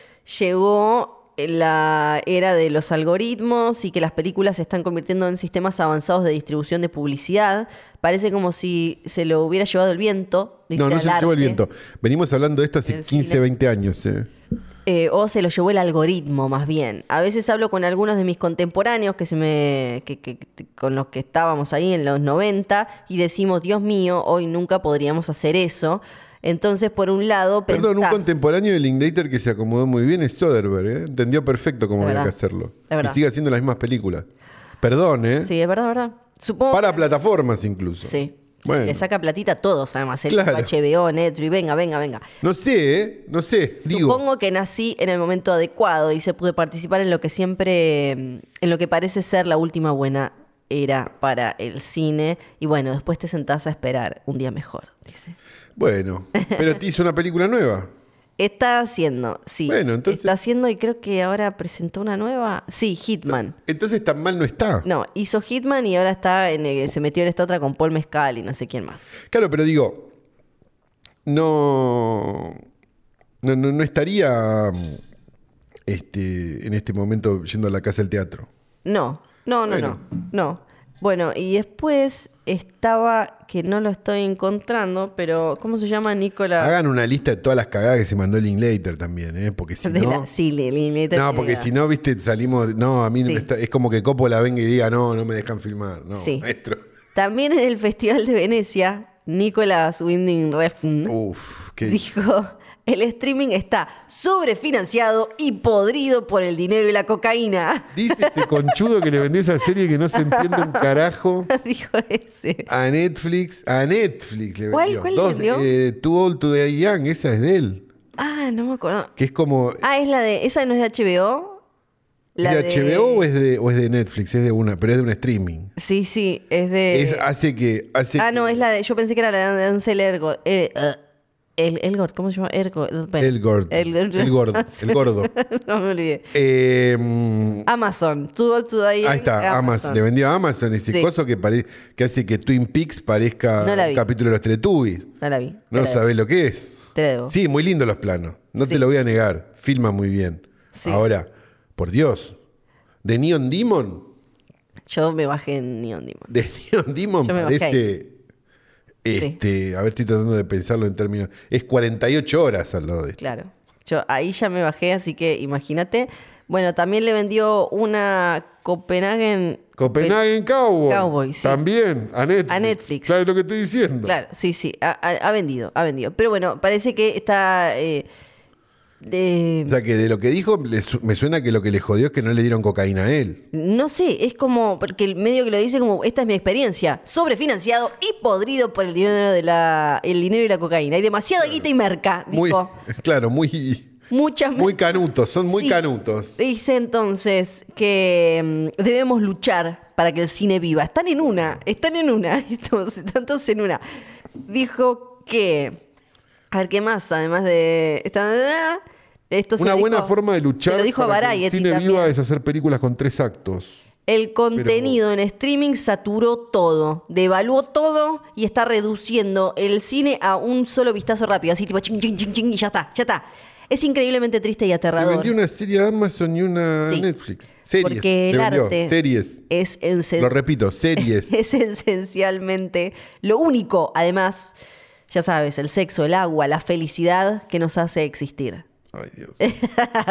S2: llegó la era de los algoritmos y que las películas se están convirtiendo en sistemas avanzados de distribución de publicidad. Parece como si se lo hubiera llevado el viento. dice,
S1: No, no
S2: al
S1: se lo llevó el
S2: arte.
S1: viento. Venimos hablando de esto
S2: En
S1: hace
S2: el
S1: 15,
S2: cine.
S1: 20 años. ¿eh?
S2: Eh, o se lo llevó el algoritmo, más bien. A veces hablo con algunos de mis contemporáneos que se me, que- que- que- con los que estábamos ahí en los 90 y decimos, Dios mío, hoy nunca podríamos hacer eso. Entonces, por un lado,
S1: Perdón, un
S2: pensás-
S1: contemporáneo de Linklater que se acomodó muy bien es Soderbergh. ¿eh? Entendió perfecto cómo
S2: Es
S1: había que
S2: verdad.
S1: hacerlo.
S2: Es
S1: Y
S2: verdad.
S1: sigue haciendo las mismas películas. Perdón, ¿eh?
S2: Sí, es verdad, es verdad. Supongo.
S1: Para plataformas incluso.
S2: Sí.
S1: Bueno.
S2: Le saca platita a todos, además. El
S1: Claro.
S2: HBO, Netflix, venga, venga, venga.
S1: No sé, ¿eh? No sé. Digo.
S2: Supongo que nací en el momento adecuado y se pude participar en lo que siempre, mm, en lo que parece ser la última buena era para el cine. Y bueno, después te sentás a esperar un día mejor, dice.
S1: Bueno, pero te hizo una película nueva.
S2: Está haciendo, sí.
S1: Bueno, entonces-
S2: Está haciendo y creo que ahora presentó una nueva. Sí, Hitman.
S1: Entonces tan mal no está.
S2: No, hizo Hitman y ahora está en el- se metió en esta otra con Paul Mescal y no sé quién más.
S1: Claro, pero digo, no, no, no, no estaría este, en este momento yendo a la casa del teatro.
S2: No, no, no,
S1: Bueno.
S2: no. No. Bueno, y después estaba, que no lo estoy encontrando, pero ¿cómo se llama Nicolás?
S1: Hagan una lista de todas las cagadas que se mandó Linklater también, ¿eh? Porque si
S2: De
S1: no...
S2: la- sí, le- le- le-
S1: No, porque si no, viste, salimos... No, a mí no me
S2: Sí.
S1: está- es como que Copo la venga y diga, no, no me dejan filmar. No,
S2: Sí.
S1: maestro.
S2: También en el Festival de Venecia, Nicolás Winding Refn
S1: Uf, qué...
S2: dijo, el streaming está sobrefinanciado y podrido por el dinero y la cocaína.
S1: Dice ese conchudo que le vendió esa serie que no se entiende un carajo.
S2: dijo ese.
S1: A Netflix, a Netflix le
S2: ¿Cuál-
S1: vendió.
S2: cuál le
S1: Dos,
S2: vendió?
S1: eh, Too Old to Die Young, esa es de él.
S2: Ah, no me acuerdo.
S1: Que es como.
S2: Ah, es la de, esa no es de HBO. La
S1: ¿Es de HBO o es de, o es de Netflix? Es de una, pero es de un streaming.
S2: Sí, sí, es de...
S1: Es- hace que. Hace
S2: Eh. Ah,
S1: que-
S2: no, es la de. Yo pensé que era la de Ansel Elgort. Eh, eh, el, Elgort, ¿cómo se llama? Ergo, eh, bueno.
S1: El gordo. El,
S2: El-
S1: gordo. El gordo.
S2: no me olvidé.
S1: Eh, mm,
S2: Amazon. Too Old to Die
S1: ahí
S2: Young,
S1: está, Amazon. Le vendió a Amazon ese
S2: Sí.
S1: coso que, pare- que hace que Twin Peaks parezca
S2: No la vi.
S1: un capítulo de los Teletubbies.
S2: No la vi. te
S1: No
S2: la debo,
S1: sabés lo que es.
S2: Te la debo.
S1: Sí, muy lindo los planos. No te
S2: Sí.
S1: lo voy a negar. Filma muy bien.
S2: Sí.
S1: Ahora, por Dios. De Neon Demon.
S2: Yo me bajé en Neon Demon.
S1: De Neon Demon
S2: Yo me bajé
S1: parece. Este, a ver, estoy tratando de pensarlo en términos. Es 48 horas al lado de este. esto.
S2: Claro. Yo ahí ya me bajé, así que imagínate. Bueno, también le vendió una Copenhagen.
S1: Copenhagen Cowboy.
S2: Cowboy, sí.
S1: También, a Netflix.
S2: A Netflix.
S1: ¿Sabes lo que estoy diciendo?
S2: Claro, sí, sí. Ha, ha- ha vendido, ha vendido. Pero bueno, parece que está. eh, de-
S1: O sea que de lo que dijo, le su- me suena que lo que le jodió es que no le dieron cocaína a él.
S2: No sé, es como, porque el medio que lo dice como, esta es mi experiencia, sobrefinanciado y podrido por el dinero de la, el dinero y la cocaína. Y demasiada guita y merca,
S1: Muy,
S2: dijo.
S1: claro, muy,
S2: Muchas
S1: muy
S2: mer-
S1: canutos, son muy
S2: Sí.
S1: canutos.
S2: Dice entonces que mm, debemos luchar para que el cine viva. Están en una, están en una, estamos, están todos en una. Dijo que, a ver qué más, además de... esta- Esto se
S1: Una
S2: lo
S1: buena
S2: dijo-
S1: forma de luchar
S2: Se lo dijo a
S1: para que el
S2: Variety
S1: cine
S2: también.
S1: viva es hacer películas con tres actos.
S2: El contenido en streaming saturó todo, devaluó todo y está reduciendo el cine a un solo vistazo rápido, así tipo ching, ching, ching, ching, y ya está, ya está. Es increíblemente triste y
S1: Le
S2: aterrador.
S1: vendió una serie a Amazon y una a
S2: Sí.
S1: Netflix. Series.
S2: Porque el
S1: le vendió,
S2: arte
S1: Series.
S2: es, ense-
S1: Lo repito, series.
S2: es esencialmente lo único, además, ya sabes, el sexo, el agua, la felicidad que nos hace existir.
S1: Ay, Dios.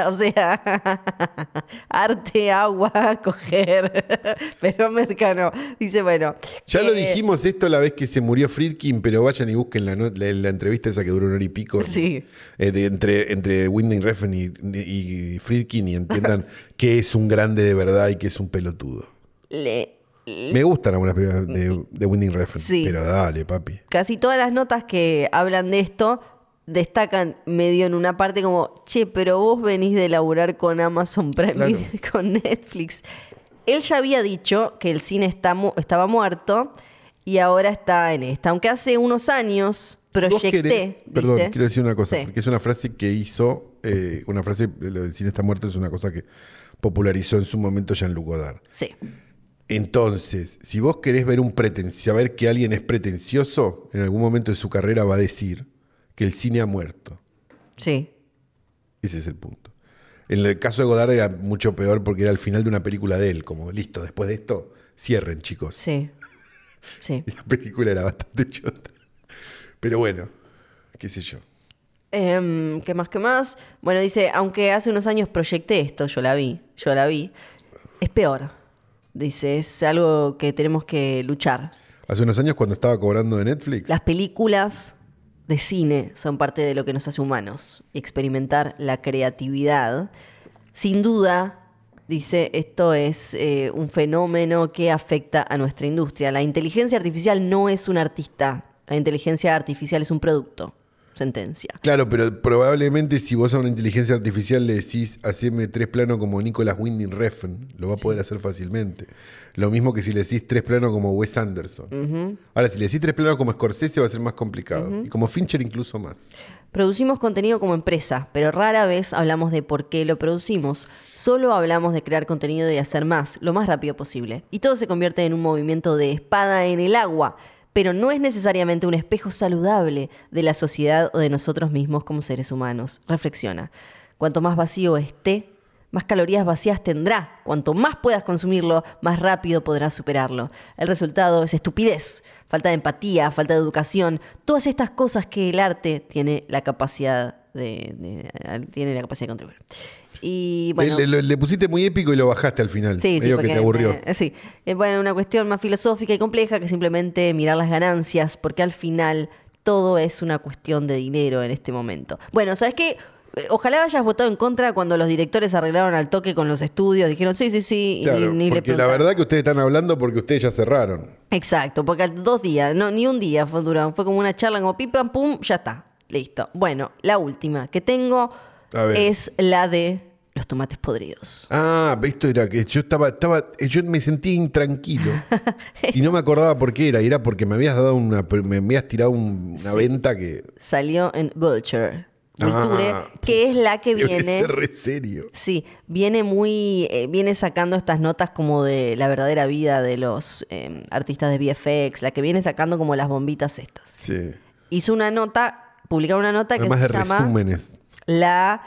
S2: o sea, arte, agua, coger. Pero Mercano dice, bueno.
S1: Ya lo
S2: eh,
S1: dijimos esto la vez que se murió Friedkin, pero vayan y busquen la, no- la- la entrevista esa que duró una hora y pico.
S2: Sí.
S1: eh, de- entre entre Wyndham Refn y, y Friedkin y entiendan que es un grande de verdad y que es un pelotudo.
S2: le- le-
S1: Me gustan algunas películas de, de Wyndham Refn,
S2: Sí.
S1: pero dale, papi.
S2: casi todas las notas que hablan de esto destacan medio en una parte como, che, pero vos venís de laburar con Amazon Prime
S1: Claro.
S2: Video, con Netflix. Él ya había dicho que el cine está mu- estaba muerto y ahora está en esta. Aunque hace unos años
S1: Vos
S2: proyecté.
S1: querés- perdón,
S2: dice-
S1: quiero decir una cosa,
S2: Sí.
S1: porque es una frase que hizo, eh, una frase, lo del cine está muerto, es una cosa que popularizó en su momento Jean-Luc Godard.
S2: Sí.
S1: Entonces, si vos querés ver un preten- saber que alguien es pretencioso, en algún momento de su carrera va a decir que el cine ha muerto.
S2: Sí.
S1: Ese es el punto. En el caso de Godard era mucho peor porque era el final de una película de él, como listo, después de esto, cierren, chicos.
S2: Sí. Sí.
S1: Y la película era bastante chota. Pero bueno, qué sé yo.
S2: Em, ¿Qué más? ¿Qué más? Bueno, dice, aunque hace unos años proyecté esto, yo la vi, yo la vi, es peor. Dice, es algo que tenemos que luchar.
S1: Hace unos años cuando estaba cobrando de Netflix,
S2: Las películas de cine son parte de lo que nos hace humanos. Experimentar la creatividad. Sin duda, dice, esto es eh, un fenómeno que afecta a nuestra industria. La inteligencia artificial no es un artista. La inteligencia artificial es un producto. Sentencia.
S1: Claro, pero probablemente si vos a una inteligencia artificial le decís haceme tres planos como Nicolas Winding Refn, lo va a poder hacer fácilmente. Lo mismo que si le decís tres planos como Wes Anderson. Ahora, si le decís tres planos como Scorsese va a ser más complicado. Y como Fincher incluso más.
S2: Producimos contenido como empresa, pero rara vez hablamos de por qué lo producimos. Solo hablamos de crear contenido y hacer más, lo más rápido posible. Y todo se convierte en un movimiento de espada en el agua, pero no es necesariamente un espejo saludable de la sociedad o de nosotros mismos como seres humanos. Reflexiona. Cuanto más vacío esté, más calorías vacías tendrá. Cuanto más puedas consumirlo, más rápido podrás superarlo. El resultado es estupidez, falta de empatía, falta de educación, todas estas cosas que el arte tiene la capacidad de, de- tiene la capacidad de contribuir. Y bueno,
S1: le, le- le pusiste muy épico y lo bajaste al final.
S2: Sí, sí,
S1: medio que
S2: porque
S1: te aburrió.
S2: me- sí. Eh, bueno, una cuestión más filosófica y compleja que simplemente mirar las ganancias, porque al final todo es una cuestión de dinero en este momento. Bueno, ¿sabes qué? Eh, Ojalá hayas votado en contra cuando los directores arreglaron al toque con los estudios, dijeron sí, sí, sí, y
S1: Claro,
S2: ni, ni le
S1: porque la
S2: preguntaron.
S1: verdad que ustedes están hablando porque ustedes ya cerraron.
S2: Exacto, porque al- dos días, no, ni un día fue durado, fue como una charla como pim, pam, pum, ya está, listo. Bueno, la última que tengo
S1: A ver.
S2: es la de los tomates podridos.
S1: Ah, esto era que yo estaba, estaba, yo me sentía intranquilo y no me acordaba por qué era. Y era porque me habías dado una, me habías tirado un- una venta que
S2: salió en Vulture,
S1: Ah,
S2: Vulture, que es la que
S1: debe
S2: viene.
S1: ser re serio.
S2: Sí, viene muy, eh, viene sacando estas notas como de la verdadera vida de los eh, artistas de VFX, la que viene sacando como las bombitas estas.
S1: Sí.
S2: Hizo una nota, publicaron una nota que
S1: Además de
S2: se llama
S1: resúmenes.
S2: la,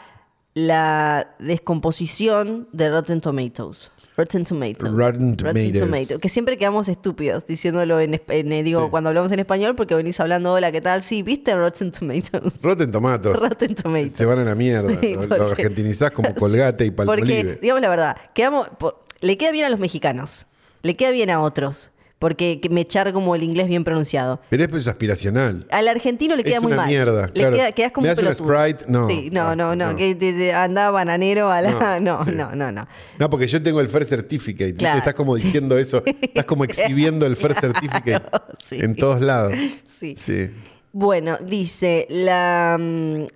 S2: la descomposición de Rotten Tomatoes. Rotten Tomatoes.
S1: Rotten Tomatoes.
S2: Tomatoes. Que siempre quedamos estúpidos diciéndolo en, esp- en, eh, digo,
S1: Sí.
S2: cuando hablamos en español, porque venís hablando, hola, ¿qué tal? Sí, ¿viste Rotten Tomatoes?
S1: Rotten Tomatoes.
S2: Rotten
S1: Se
S2: Tomatoes.
S1: van a la mierda.
S2: Sí,
S1: lo, lo
S2: porque-
S1: argentinizás como colgate y
S2: Porque,
S1: palmolive.
S2: digamos la verdad, quedamos, po- le queda bien a los mexicanos, le queda bien a otros, porque que me echar como el inglés bien pronunciado.
S1: Pero es pues, aspiracional.
S2: Al argentino le queda
S1: Es
S2: muy
S1: una
S2: mal.
S1: mierda,
S2: le
S1: claro.
S2: queda, quedás como
S1: ¿Me
S2: un
S1: hace una
S2: pelotudo.
S1: Sprite? No.
S2: Sí, no,
S1: Ah,
S2: no, no.
S1: no.
S2: Que te- te anda bananero a la.
S1: No,
S2: No, no,
S1: sí.
S2: no, no.
S1: No, porque yo tengo el Fair Certificate. ¿viste?
S2: Claro.
S1: Estás como diciendo eso. Estás como exhibiendo el Fair Certificate
S2: sí.
S1: en todos lados.
S2: Sí.
S1: Sí.
S2: Bueno, dice la. mm,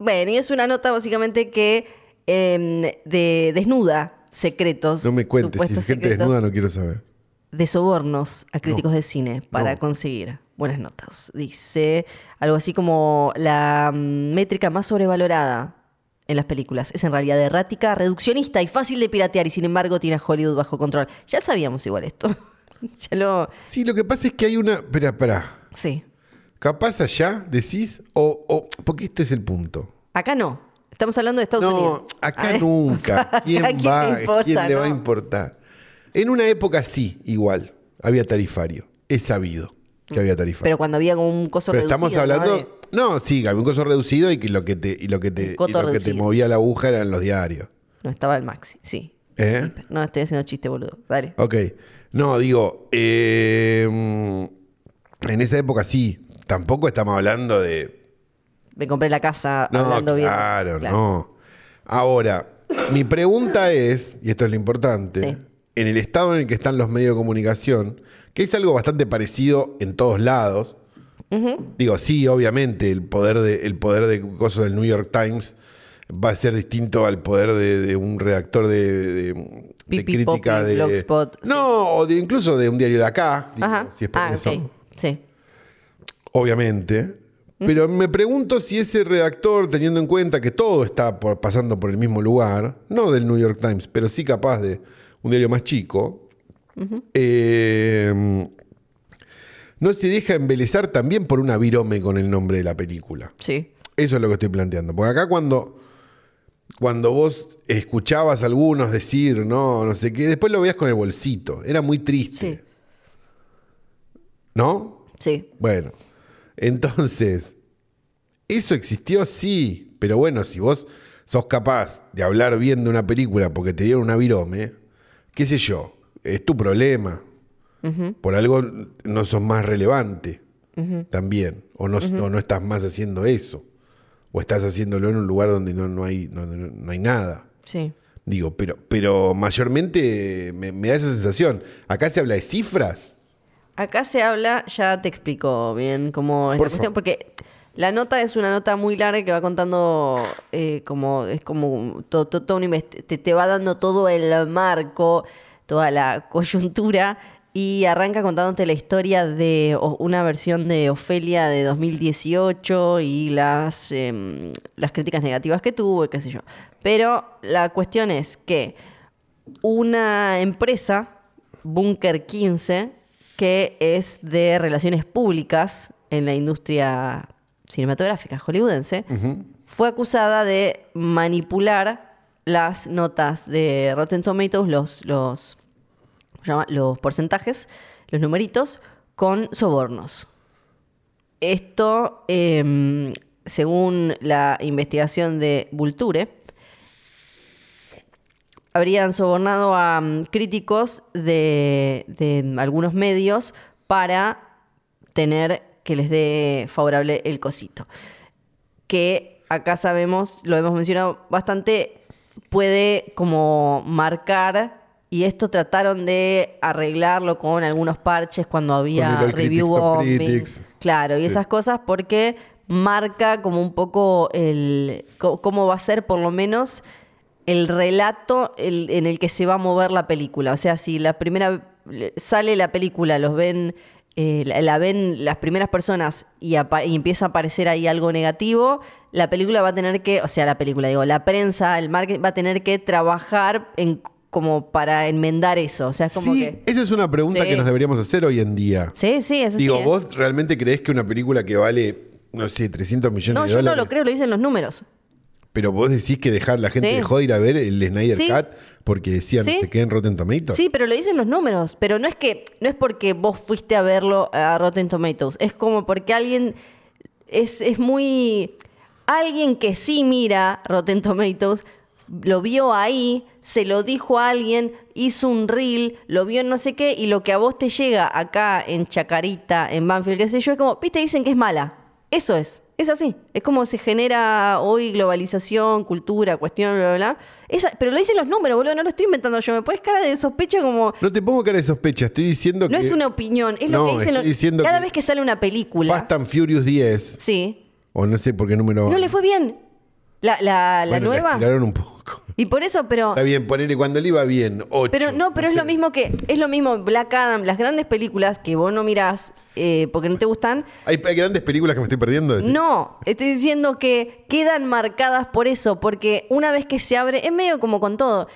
S2: Bueno, y es una nota básicamente que em, de desnuda secretos.
S1: No me cuentes. Si
S2: supuestos
S1: es gente
S2: secretos.
S1: desnuda, no quiero saber.
S2: de sobornos a críticos de cine para
S1: No.
S2: conseguir buenas notas. Dice algo así como la mm, métrica más sobrevalorada en las películas es en realidad errática, reduccionista y fácil de piratear y sin embargo tiene a Hollywood bajo control. Ya sabíamos igual esto. ya lo...
S1: Sí, lo que pasa es que hay una. Espera, espera.
S2: Sí.
S1: Capaz allá decís, o, o- porque este es el punto.
S2: Acá no. Estamos hablando de Estados Unidos.
S1: No, acá
S2: Ah,
S1: nunca. ¿Quién
S2: ¿A quién le
S1: va?
S2: importa,
S1: ¿Quién le va a
S2: no?
S1: importar? En una época sí, igual, había tarifario. Es sabido. que había tarifa.
S2: Pero cuando había como un coso
S1: Pero
S2: reducido.
S1: estamos hablando.
S2: ¿no?
S1: ¿no? sí, había un coso reducido y que lo que te, y lo que te,
S2: Un coto
S1: y lo que te
S2: reducido.
S1: movía la aguja eran los diarios.
S2: No estaba el maxi, sí.
S1: ¿Eh?
S2: No, estoy haciendo chiste, boludo. Dale.
S1: Ok. No, digo, eh, mm, en esa época sí. Tampoco estamos hablando de
S2: Me compré la casa
S1: No,
S2: hablando bien.
S1: claro, no. Ahora, mi pregunta es, y esto es lo importante,
S2: Sí.
S1: en el estado en el que están los medios de comunicación, que es algo bastante parecido en todos lados, digo, sí, obviamente, el poder de, el poder de cosas del New York Times va a ser distinto al poder de, de un redactor de, de- de
S2: Pipi,
S1: crítica
S2: Popi,
S1: de...
S2: Blogspot, sí.
S1: no, o de, incluso de un diario de acá, digo,
S2: Ajá.
S1: si es por
S2: ah,
S1: eso
S2: ok. Sí.
S1: obviamente. Pero me pregunto si ese redactor, teniendo en cuenta que todo está por- pasando por el mismo lugar, no del New York Times, pero sí capaz de un diario más chico, eh, no se deja embelezar también por una virome con el nombre de la película.
S2: Sí.
S1: Eso es lo que estoy planteando. Porque acá cuando, cuando vos escuchabas a algunos decir, no, no sé qué, después lo veías con el bolsito. Era muy triste.
S2: Sí.
S1: ¿No?
S2: Sí.
S1: Bueno, entonces, eso existió, sí, pero bueno, si vos sos capaz de hablar bien de una película porque te dieron una virome, qué sé yo, es tu problema. Por algo no sos más relevante también, o no, o no estás más haciendo eso, o estás haciéndolo en un lugar donde no, no hay, no- no- no hay nada.
S2: Sí.
S1: Digo, pero, pero mayormente me, me da esa sensación. Acá se habla de cifras.
S2: Acá se habla, ya te explico bien cómo es
S1: Por
S2: la cuestión,
S1: favor.
S2: porque la nota es una nota muy larga que va contando eh, como, es como todo, te, te va dando todo el marco, toda la coyuntura, y arranca contándote la historia de o- una versión de Ofelia de 2018 y las, em, las críticas negativas que tuvo, y qué sé yo. Pero la cuestión es que una empresa, Bunker 15, que es de relaciones públicas en la industria cinematográfica hollywoodense, fue acusada de manipular las notas de Rotten Tomatoes, los, los, ¿cómo se llama? los porcentajes, los numeritos, con sobornos. Esto, em, según la investigación de Vulture, habrían sobornado a mm, críticos de, de algunos medios para tener que les dé favorable el cosito. Que acá sabemos, lo hemos mencionado bastante, puede como marcar, y esto trataron de arreglarlo con algunos parches cuando había
S1: Little Critics,
S2: review
S1: Top
S2: bombing.
S1: Critics.
S2: Claro, y
S1: Sí.
S2: esas cosas porque marca como un poco el co- cómo va a ser por lo menos el relato el- en el que se va a mover la película. O sea, si la primera le- sale la película, los ven, eh, la, la ven las primeras personas y, apa- y empieza a aparecer ahí algo negativo, la película va a tener que, o sea, la película, digo, la prensa, el marketing va a tener que trabajar en como para enmendar eso. O sea, es como
S1: Sí,
S2: que.
S1: esa es una pregunta
S2: Sí.
S1: que nos deberíamos hacer hoy en día.
S2: Sí, sí, eso sí,
S1: Digo,
S2: ¿eh?
S1: ¿vos realmente crees que una película que vale, no sé, 300 millones
S2: No,
S1: de
S2: yo
S1: dólares?
S2: no lo creo, lo dicen los números.
S1: Pero vos decís que dejar la gente
S2: Sí.
S1: dejó de ir a ver el Snyder
S2: Sí.
S1: Cut porque decían
S2: Sí.
S1: no se queden Rotten Tomatoes.
S2: Sí, pero lo dicen los números. Pero no es que no es porque vos fuiste a verlo a Rotten Tomatoes. Es como porque alguien es, es muy alguien que sí mira Rotten Tomatoes lo vio ahí, se lo dijo a alguien, hizo un reel, lo vio en no sé qué y lo que a vos te llega acá en Chacarita, en Banfield, qué sé yo, es como, viste, dicen que es mala. Eso es. Es así. Es como se genera hoy globalización, cultura, cuestión, bla, bla, bla. Esa- pero lo dicen los números, boludo, no lo estoy inventando yo. Me pones cara de sospecha como.
S1: No te pongo cara de sospecha, estoy diciendo que
S2: No es una opinión, es
S1: No,
S2: lo que dicen
S1: estoy
S2: los.
S1: diciendo
S2: Cada
S1: que-
S2: vez que sale una película.
S1: Fast and Furious 10,
S2: Sí.
S1: o no sé por qué número...
S2: No le fue bien. La, la, la
S1: Oh. Bueno,
S2: nueva.
S1: estiraron un poco.
S2: y por eso, pero.
S1: Está bien, ponele cuando le iba bien, 8.
S2: Pero no, pero es lo mismo que. Es lo mismo Black Adam, las grandes películas que vos no mirás eh, porque no te gustan.
S1: Hay, hay grandes películas que me estoy perdiendo. decís.
S2: No, estoy diciendo que quedan marcadas por eso, porque una vez que se abre, es medio como con todo.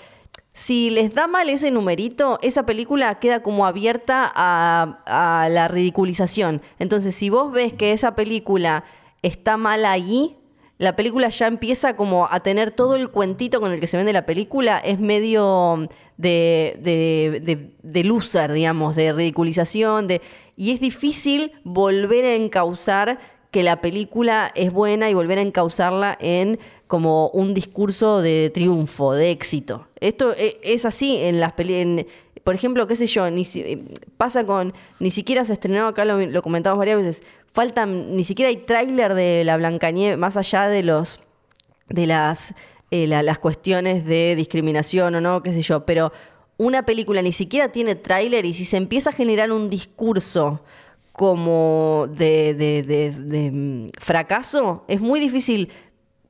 S2: Si les da mal ese numerito, esa película queda como abierta a, a la ridiculización. Entonces, si vos ves que esa película está mal allí, la película ya empieza como a tener todo el cuentito con el que se vende la película, es medio de, de, de, de loser, digamos, de ridiculización, de, y es difícil volver a encauzar que la película es buena y volver a encauzarla en como un discurso de triunfo, de éxito. Esto e- es así en las películas. Por ejemplo, qué sé yo, ni si- eh, pasa con, ni siquiera se estrenó, acá lo, lo comentamos varias veces, faltan, ni siquiera hay tráiler de La Blancanieve, más allá de los de las, eh, la- las cuestiones de discriminación o no, qué sé yo, pero una película ni siquiera tiene tráiler y si se empieza a generar un discurso como de, de- de- de, mm, fracaso, es muy difícil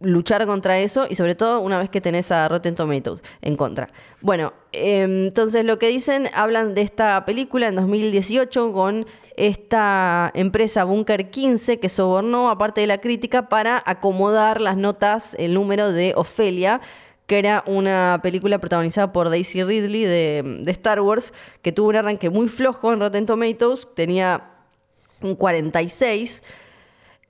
S2: luchar contra eso y sobre todo una vez que tenés a Rotten Tomatoes en contra. Bueno, eh, entonces lo que dicen, hablan de esta película en 2018 con esta empresa Bunker 15 que sobornó aparte de la crítica para acomodar las notas, el número de Ofelia, que era una película protagonizada por Daisy Ridley de, de Star Wars, que tuvo un arranque muy flojo en Rotten Tomatoes, tenía un 46.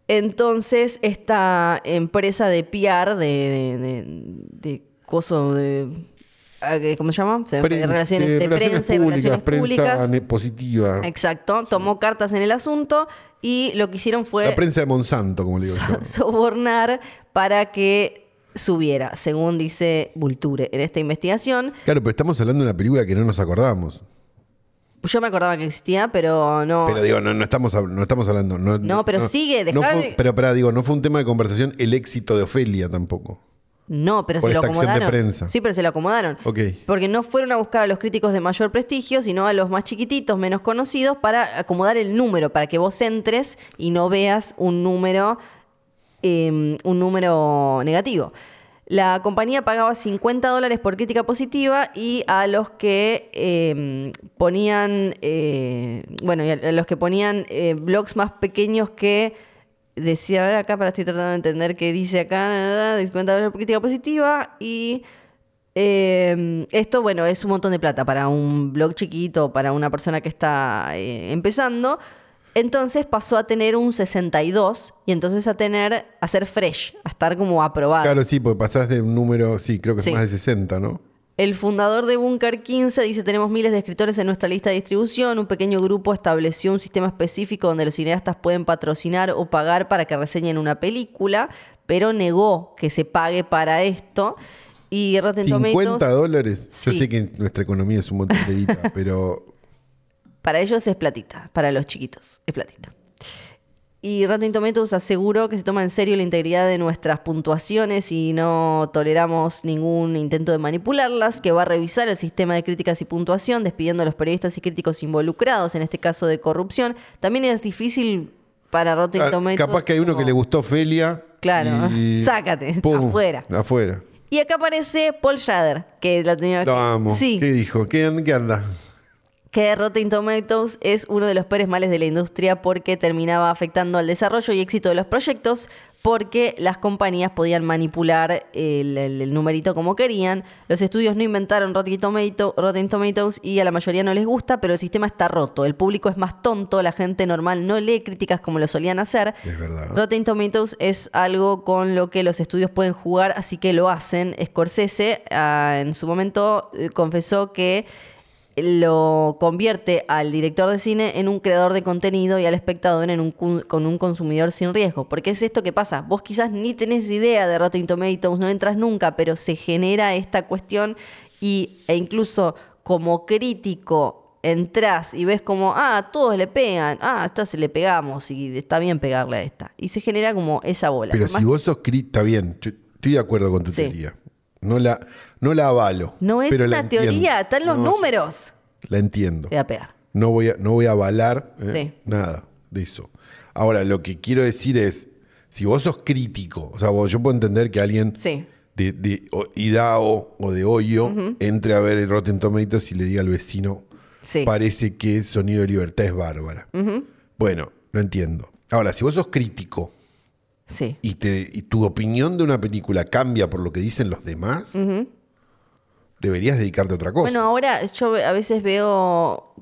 S2: Entonces, esta empresa de PR, de, de, de- de coso de. ah, que- ¿Cómo se llama? Se me fue,
S1: Prensa,
S2: relaciones
S1: eh,
S2: de
S1: relaciones
S2: prensa y relaciones
S1: prensa
S2: públicas.
S1: ne- positiva.
S2: Exacto, tomó cartas en el asunto y lo que hicieron fue
S1: La prensa de Monsanto, como le digo yo.
S2: so- sobornar para que subiera, según dice Vulture en esta investigación.
S1: Claro, pero estamos hablando de una película que no nos acordamos.
S2: Yo me acordaba que existía, pero no.
S1: Pero digo, no, no estamos, hab- no estamos hablando. No,
S2: No, pero sigue,
S1: no
S2: dejá
S1: fue-
S2: de-
S1: Pero pará, digo, no fue un tema de conversación el éxito de Ofelia tampoco.
S2: No, pero
S1: Por
S2: se lo
S1: esta acción de
S2: acomodaron.
S1: prensa.
S2: Sí, pero se lo acomodaron.
S1: Ok.
S2: Porque no fueron a buscar a los críticos de mayor prestigio, sino a los más chiquititos, menos conocidos, para acomodar el número, para que vos entres y no veas un número, eh, un número negativo. La compañía pagaba 50 dólares por crítica positiva y a los que eh, ponían, eh, bueno, y a los que ponían eh, blogs más pequeños que Decía, a ver, acá para estoy tratando de entender qué dice acá, na, na, na, 50 dólares por crítica positiva y eh, esto, bueno, es un montón de plata para un blog chiquito, para una persona que está eh, empezando. Entonces pasó a tener un 62 y entonces a tener, a ser fresh, a estar como aprobado.
S1: Claro, sí, porque pasás de un número, sí, creo que
S2: Sí.
S1: es más de 60, ¿no?
S2: El fundador de Bunker 15 dice, tenemos miles de escritores en nuestra lista de distribución, un pequeño grupo estableció un sistema específico donde los cineastas pueden patrocinar o pagar para que reseñen una película, pero negó que se pague para esto. Y Rotten
S1: 50
S2: Tomatoes,
S1: dólares.
S2: Sí.
S1: Yo sé que nuestra economía es un montón de guita, pero
S2: para ellos es platita, para los chiquitos es platita. Y Rotten Tomatoes aseguró que se toma en serio la integridad de nuestras puntuaciones y no toleramos ningún intento de manipularlas, que va a revisar el sistema de críticas y puntuación, despidiendo a los periodistas y críticos involucrados en este caso de corrupción. También es difícil para Rotten
S1: ah,
S2: Tomatoes.
S1: capaz que hay uno
S2: como-
S1: que le gustó Ofelia.
S2: Claro,
S1: y-
S2: sácate, afuera.
S1: Afuera.
S2: Y acá aparece Paul Schrader, que la tenía
S1: Lo amo.
S2: Sí.
S1: ¿Qué dijo? ¿Qué, an- qué anda?
S2: que Rotten Tomatoes es uno de los peores males de la industria porque terminaba afectando al desarrollo y éxito de los proyectos porque las compañías podían manipular el, el- el numerito como querían. Los estudios no inventaron Rotten, Tomato- Rotten Tomatoes y a la mayoría no les gusta, pero el sistema está roto. El público es más tonto, la gente normal no lee críticas como lo solían hacer.
S1: Es verdad.
S2: Rotten Tomatoes es algo con lo que los estudios pueden jugar, así que lo hacen. Scorsese ah, en su momento eh, confesó que lo convierte al director de cine en un creador de contenido y al espectador en un cun- con un consumidor sin riesgo. Porque es esto que pasa. Vos quizás ni tenés idea de Rotten Tomatoes, no entras nunca, pero se genera esta cuestión y, e incluso como crítico entras y ves como, ah, todos le pegan, ah, a esta se le pegamos y está bien pegarle a esta. Y se genera como esa bola.
S1: Pero
S2: Más-
S1: si vos sos cri- está bien, yo estoy de acuerdo con tu
S2: Sí.
S1: teoría. No la, no la avalo.
S2: no es
S1: pero la
S2: una
S1: entiendo.
S2: teoría, están los
S1: No,
S2: números.
S1: La entiendo.
S2: Te va a pegar.
S1: No voy a, no voy a avalar eh,
S2: Sí.
S1: nada de eso. Ahora, lo que quiero decir es, si vos sos crítico, o sea, vos- yo puedo entender que alguien
S2: Sí.
S1: de, de o- Idao o de Hoyo entre a ver el Rotten Tomatoes y le diga al vecino,
S2: Sí.
S1: parece que Sonido de Libertad es bárbara. Bueno, lo entiendo. Ahora, si vos sos crítico
S2: Sí.
S1: y, te, y tu opinión de una película cambia por lo que dicen los demás, deberías dedicarte a otra cosa.
S2: Bueno, ahora yo a veces veo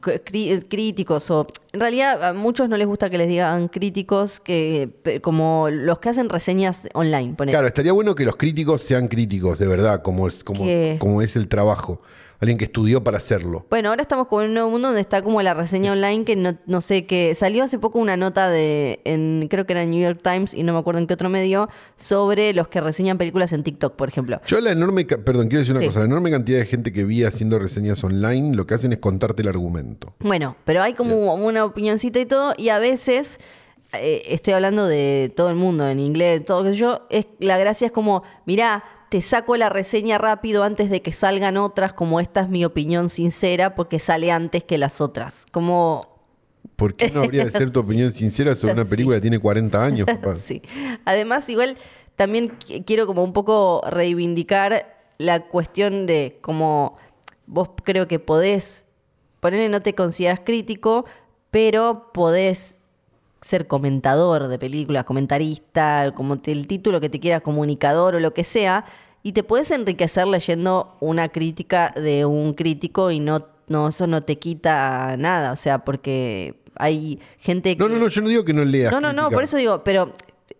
S2: cr- cri- eh, críticos o en realidad a muchos no les gusta que les digan críticos que pe- como los que hacen reseñas online, ponele.
S1: Claro, estaría bueno que los críticos sean críticos, de verdad, como es, como,
S2: Que-
S1: como es el trabajo. alguien que estudió para hacerlo.
S2: Bueno, ahora estamos como en un nuevo mundo donde está como la reseña online que no, no sé qué. Salió hace poco una nota de, en, creo que era en New York Times y no me acuerdo en qué otro medio, sobre los que reseñan películas en TikTok, por ejemplo.
S1: Yo la enorme, ca- perdón, quiero decir una
S2: Sí.
S1: cosa, la enorme cantidad de gente que vi haciendo reseñas online lo que hacen es contarte el argumento.
S2: Bueno, pero hay como una opinioncita y todo, y a veces, eh, estoy hablando de todo el mundo, en inglés, de todo que yo, es, la gracia es como, mirá, te saco la reseña rápido antes de que salgan otras, como esta es mi opinión sincera, porque sale antes que las otras. Como
S1: ¿Por qué no habría de ser tu opinión sincera sobre una película que tiene 40 años, papá?
S2: Sí. Además, igual también qui- quiero como un poco reivindicar la cuestión de como vos creo que podés, ponele no te consideras crítico, pero podés ser comentador de películas, comentarista, como te- el título que te quieras, comunicador o lo que sea, y te puedes enriquecer leyendo una crítica de un crítico y no, no eso no te quita nada, o sea, porque hay gente que...
S1: No, no, no, yo no digo que no leas.
S2: No, no, no,
S1: críticas.
S2: por eso digo, pero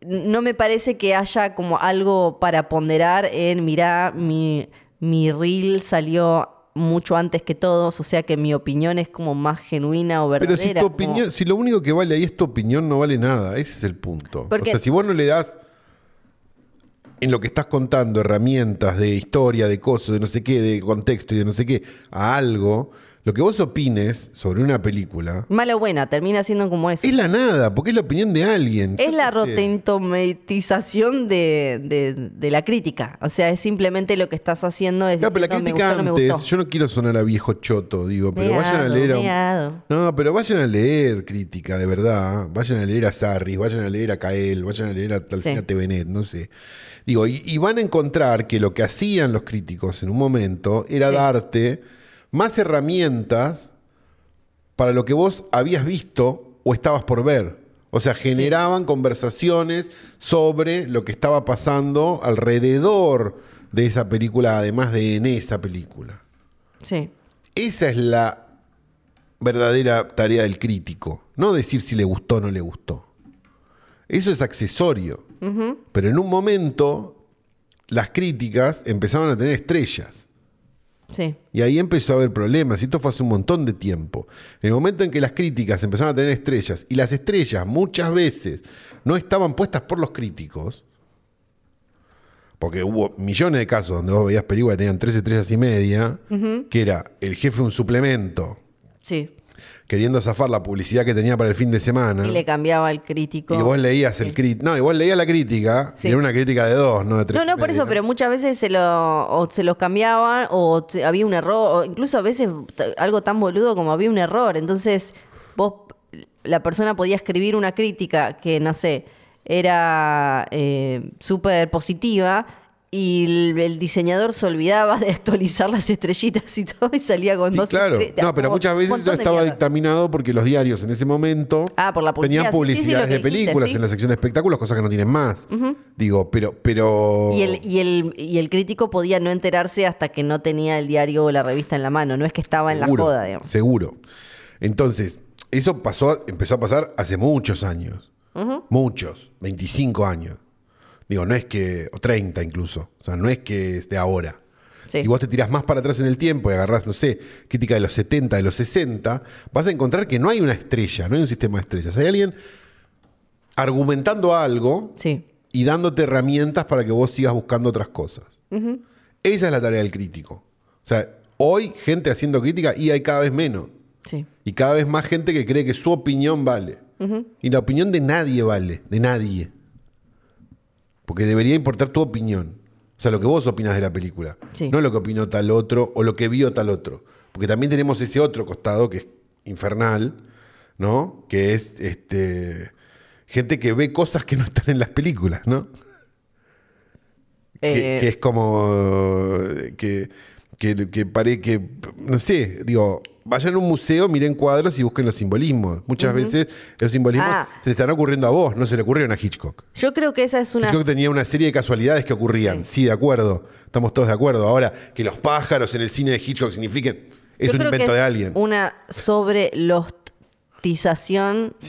S2: no me parece que haya como algo para ponderar en, mirá, mi, mi reel salió mucho antes que todos, o sea que mi opinión es como más genuina o
S1: Pero
S2: verdadera.
S1: si tu
S2: como-
S1: opinión, si lo único que vale ahí es tu opinión, no vale nada. Ese es el punto.
S2: Porque-
S1: o sea, si vos no le das en lo que estás contando herramientas de historia, de cosas, de no sé qué, de contexto y de no sé qué, a algo, lo que vos opines sobre una película
S2: Mala o buena, termina siendo como eso.
S1: es la nada, porque es la opinión de alguien.
S2: Es
S1: Yo
S2: la
S1: qué sé.
S2: rotentometización de, de- de la crítica. O sea, es simplemente lo que estás haciendo es
S1: Claro, pero la
S2: diciendo,
S1: crítica
S2: me gustó, no me
S1: antes,
S2: gustó.
S1: yo no quiero sonar a viejo choto, digo, pero vayan a
S2: Meado,
S1: leer a un-
S2: meado.
S1: No, pero vayan a leer crítica, de verdad. Vayan a leer a Sarri, vayan a leer a Cael, vayan a leer a Talcina
S2: Sí.
S1: Tevenet, no sé. Digo, y, y van a encontrar que lo que hacían los críticos en un momento era
S2: Sí.
S1: darte más herramientas para lo que vos habías visto o estabas por ver. O sea, generaban conversaciones sobre lo que estaba pasando alrededor de esa película, además de en esa película.
S2: Sí.
S1: Esa es la verdadera tarea del crítico. No decir si le gustó o no le gustó. Eso es accesorio. Pero en un momento, las críticas empezaban a tener estrellas.
S2: Sí.
S1: Y ahí empezó a haber problemas. Y esto fue hace un montón de tiempo. En el momento en que las críticas empezaron a tener estrellas, y las estrellas muchas veces no estaban puestas por los críticos, porque hubo millones de casos donde vos veías películas que tenían tres estrellas y media, que era el jefe un suplemento,
S2: Sí.
S1: queriendo zafar la publicidad que tenía para el fin de semana.
S2: Y le cambiaba al crítico.
S1: Y vos leías el crit- no, y vos leías la crítica,
S2: Sí.
S1: y era una crítica de dos, no de tres.
S2: No,
S1: y
S2: no, por eso,
S1: media.
S2: pero muchas veces se, lo, o se los cambiaban o se- había un error, o incluso a veces t- algo tan boludo como había un error. Entonces, vos, la persona podía escribir una crítica que, no sé, era eh, súper positiva y el, el diseñador se olvidaba de actualizar las estrellitas y todo y salía con
S1: Sí,
S2: dos
S1: claro.
S2: estre-
S1: No, pero
S2: como
S1: muchas
S2: un
S1: veces
S2: montón
S1: eso
S2: de
S1: estaba
S2: mierda.
S1: dictaminado porque los diarios en ese momento
S2: Ah, por la
S1: tenían
S2: publicidad. Sí, sí, sí,
S1: publicidades
S2: lo que
S1: de
S2: dijiste,
S1: películas
S2: sí.
S1: en la sección de espectáculos, cosa que no tienen más. Digo, pero, pero.
S2: Y el, y, el, y el crítico podía no enterarse hasta que no tenía el diario o la revista en la mano. No es que estaba en la joda, digamos.
S1: Seguro. Entonces, eso pasó, empezó a pasar hace muchos años. Muchos, 25 años. Digo, no es que, o 30 incluso. O sea, no es que es de ahora.
S2: Sí.
S1: Si vos te tirás más para atrás en el tiempo y agarrás, no sé, crítica de los 70, de los 60, vas a encontrar que no hay una estrella, no hay un sistema de estrellas. Hay alguien argumentando algo
S2: Sí.
S1: y dándote herramientas para que vos sigas buscando otras cosas. Esa es la tarea del crítico. O sea, hoy gente haciendo crítica y hay cada vez menos.
S2: Sí.
S1: Y cada vez más gente que cree que su opinión vale. Y la opinión de nadie vale, de nadie. Porque debería importar tu opinión. O sea, lo que vos opinás de la película.
S2: Sí.
S1: No lo que opinó tal otro o lo que vio tal otro. Porque también tenemos ese otro costado que es infernal, ¿no? Que es este gente que ve cosas que no están en las películas, ¿no? que,
S2: Eh,
S1: que es como eh, que que, que pare- que no sé digo vayan a un museo miren cuadros y busquen los simbolismos muchas veces los simbolismos
S2: Ah.
S1: se te están ocurriendo a vos no se le ocurrieron a Hitchcock
S2: Yo creo que esa es una.
S1: Hitchcock tenía una serie de casualidades que ocurrían sí. de acuerdo estamos todos de acuerdo ahora que los pájaros en el cine de Hitchcock signifiquen es
S2: yo
S1: un
S2: creo que
S1: invento de
S2: es
S1: alguien
S2: Una sobre
S1: Sí,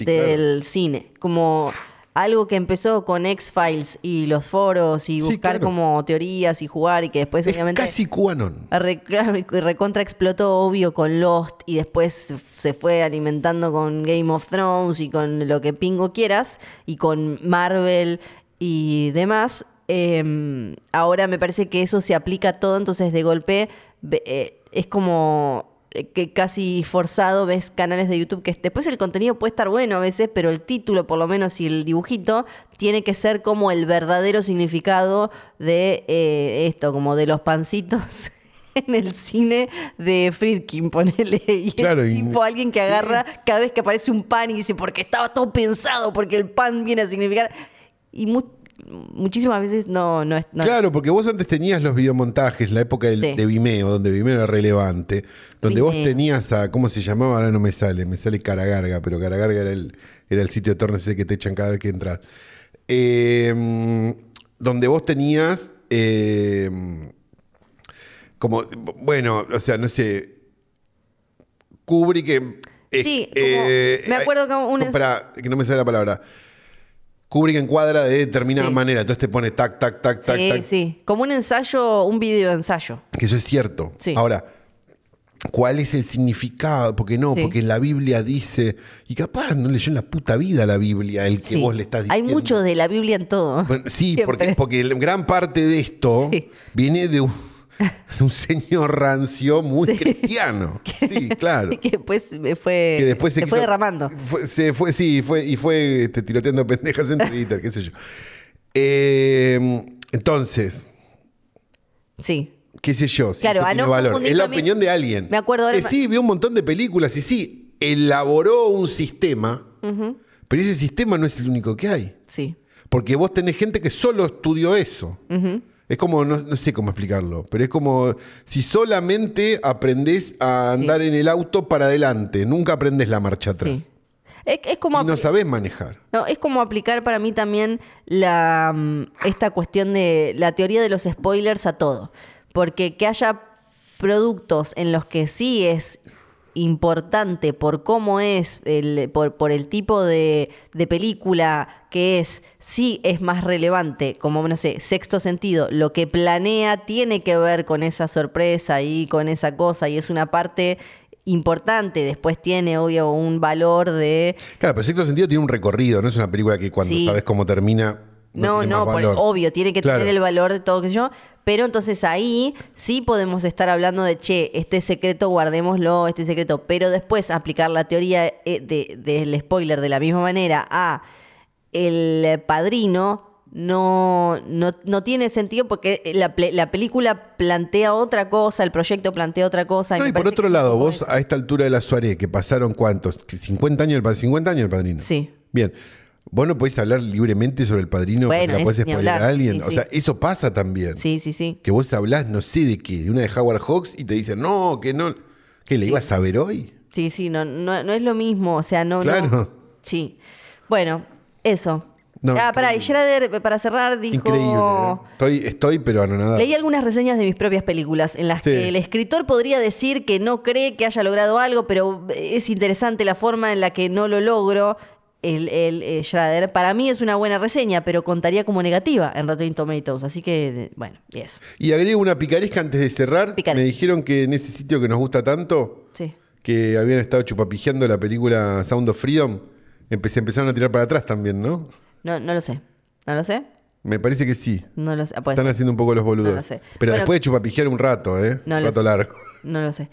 S2: del cine. Como algo que empezó con X-Files y los foros y
S1: Sí,
S2: buscar
S1: claro.
S2: como teorías y jugar y que después
S1: Es
S2: obviamente
S1: casi QAnon.
S2: Re- claro, y recontra explotó, obvio, con Lost y después se fue alimentando con Game of Thrones y con lo que pingo quieras y con Marvel y demás. Eh, ahora me parece que eso se aplica a todo, entonces de golpe ve- eh, es como eh, que casi forzado ves canales de YouTube que después el contenido puede estar bueno a veces, pero el título por lo menos y el dibujito tiene que ser como el verdadero significado de eh, esto, como de los pancitos en el cine de Friedkin, ponele. Y es
S1: Claro, y-
S2: tipo alguien que agarra cada vez que aparece un pan y dice, porque estaba todo pensado, porque el pan viene a significar... Y mu- muchísimas veces no, no es... no-
S1: Claro, porque vos antes tenías los videomontajes, la época del-
S2: Sí.
S1: de Vimeo, donde Vimeo era relevante, donde vos
S2: Vimeo.
S1: tenías a, ¿cómo se llamaba? Ahora no me sale, me sale Caragarga, pero Caragarga era el, era el sitio de tornes ese que te echan cada vez que entras. Eh, donde vos tenías, eh, como, bueno, o sea, no sé, Kubrick... eh,
S2: Sí, como- me
S1: eh,
S2: acuerdo que un-
S1: pará, que no me sale la palabra. Kubrick encuadra de determinada
S2: Sí.
S1: manera, entonces te pone tac, tac, tac, tac,
S2: sí,
S1: tac,
S2: sí. Como un ensayo, un video ensayo.
S1: que eso es cierto.
S2: Sí.
S1: Ahora, ¿cuál es el significado? Porque no,
S2: Sí.
S1: porque la Biblia dice, y capaz no leyó en la puta vida la Biblia, el que
S2: Sí.
S1: vos le estás
S2: Hay
S1: diciendo.
S2: mucho de la Biblia en todo.
S1: Bueno, sí,
S2: Siempre.
S1: porque, porque la gran parte de esto
S2: Sí.
S1: viene de un, de un señor rancio muy cristiano. Sí, claro.
S2: que después me fue,
S1: Que después se,
S2: fue
S1: quiso-
S2: derramando.
S1: fue- se fue, sí, fue, y fue este, tiroteando pendejas en Twitter, qué sé yo. Eh, entonces,
S2: Sí.
S1: qué sé yo, si
S2: Claro,
S1: eso
S2: a
S1: tiene
S2: no
S1: valor.
S2: confundir
S1: Es la
S2: también-
S1: opinión de alguien.
S2: Me acuerdo ahora-
S1: Que sí, vio un montón de películas y sí, elaboró un sistema, pero ese sistema no es el único que hay.
S2: Sí.
S1: Porque vos tenés gente que solo estudió eso. Es como, no, no sé cómo explicarlo, pero es como si solamente aprendés a
S2: Sí.
S1: andar en el auto para adelante, nunca aprendés la marcha atrás.
S2: Sí. Es, es como
S1: Y no
S2: apli-
S1: sabés manejar.
S2: no, es como aplicar para mí también la mm, esta cuestión de la teoría de los spoilers a todo. Porque que haya productos en los que sí es importante por cómo es, el, por, por el tipo de, de película que es, sí es más relevante, como no sé, sexto sentido, lo que planea tiene que ver con esa sorpresa y con esa cosa y es una parte importante, después tiene obvio un valor de...
S1: Claro, pero cierto sentido tiene un recorrido, no es una película que cuando
S2: Sí.
S1: sabes cómo termina.
S2: No,
S1: tiene
S2: no,
S1: más
S2: por-
S1: valor.
S2: obvio, tiene que
S1: Claro.
S2: tener el valor de todo que yo. Pero entonces ahí sí podemos estar hablando de, che, este secreto guardémoslo, este secreto, pero después aplicar la teoría eh, de- del spoiler de la misma manera a el padrino no, no, no tiene sentido porque la, ple- la película plantea otra cosa, el proyecto plantea otra cosa.
S1: No,
S2: me
S1: y por
S2: parece
S1: otro
S2: que es
S1: lado,
S2: un poco
S1: vos
S2: eso.
S1: a esta altura de la Suárez, que pasaron cuántos, que 50 años el padrino, 50 años el padrino.
S2: Sí.
S1: Bien. Vos no podés hablar libremente sobre el padrino porque
S2: Bueno,
S1: la
S2: es-
S1: podés
S2: ni
S1: spoiler a
S2: hablar.
S1: alguien.
S2: Sí,
S1: o
S2: sí.
S1: sea, eso pasa también.
S2: Sí, sí, sí.
S1: Que vos hablás, no sé de qué, de una de Howard Hawks y te dicen, no, que no. ¿Qué le iba a saber hoy?
S2: Sí, sí, no, no, no es lo mismo, o sea, no... no-
S1: Claro.
S2: sí. Bueno, eso.
S1: No,
S2: ah, pará, y Schrader, para cerrar, dijo...
S1: Increíble. ¿eh? Estoy, estoy, pero anonadado.
S2: Leí algunas reseñas de mis propias películas en las
S1: Sí.
S2: que el escritor podría decir que no cree que haya logrado algo, pero es interesante la forma en la que no lo logro. El, el, eh, Schrader, para mí es una buena reseña, pero contaría como negativa en Rotten Tomatoes. Así que, de- bueno, y eso.
S1: Y agrego una picaresca antes de cerrar.
S2: Picaresca.
S1: Me dijeron que en ese sitio que nos gusta tanto,
S2: Sí.
S1: que habían estado chupapijeando la película Sound of Freedom, empecé, empezaron a tirar para atrás también, ¿no?
S2: No, no lo sé. ¿No lo sé?
S1: Me parece que sí.
S2: No lo sé. Ah, puede
S1: Están
S2: ser.
S1: haciendo un poco los boludos.
S2: No lo sé.
S1: Pero
S2: Bueno,
S1: después de chupapijear un rato, ¿eh?
S2: No
S1: un
S2: lo
S1: rato
S2: sé.
S1: largo.
S2: No lo sé.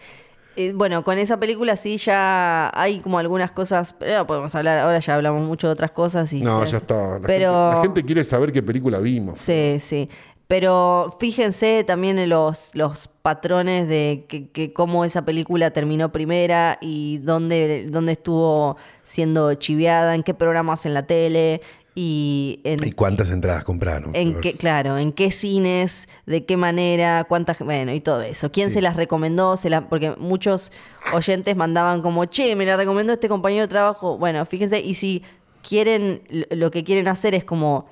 S2: Eh, bueno, con esa película sí ya hay como algunas cosas, pero podemos hablar, ahora ya hablamos mucho de otras cosas y...
S1: No, ya está. La,
S2: pero...
S1: gente, la gente quiere saber qué película vimos.
S2: Sí, sí. Pero fíjense también en los, los patrones de que, que cómo esa película terminó primera y dónde, dónde estuvo siendo chiviada, en qué programas en la tele y en,
S1: ¿Y cuántas entradas compraron?
S2: en
S1: Flor?
S2: qué, claro, en qué cines, de qué manera, cuántas, bueno, y todo eso. ¿Quién se las recomendó? Se las, porque muchos oyentes mandaban como, che, me la recomendó este compañero de trabajo. Bueno, fíjense, y si quieren, lo- lo que quieren hacer es como,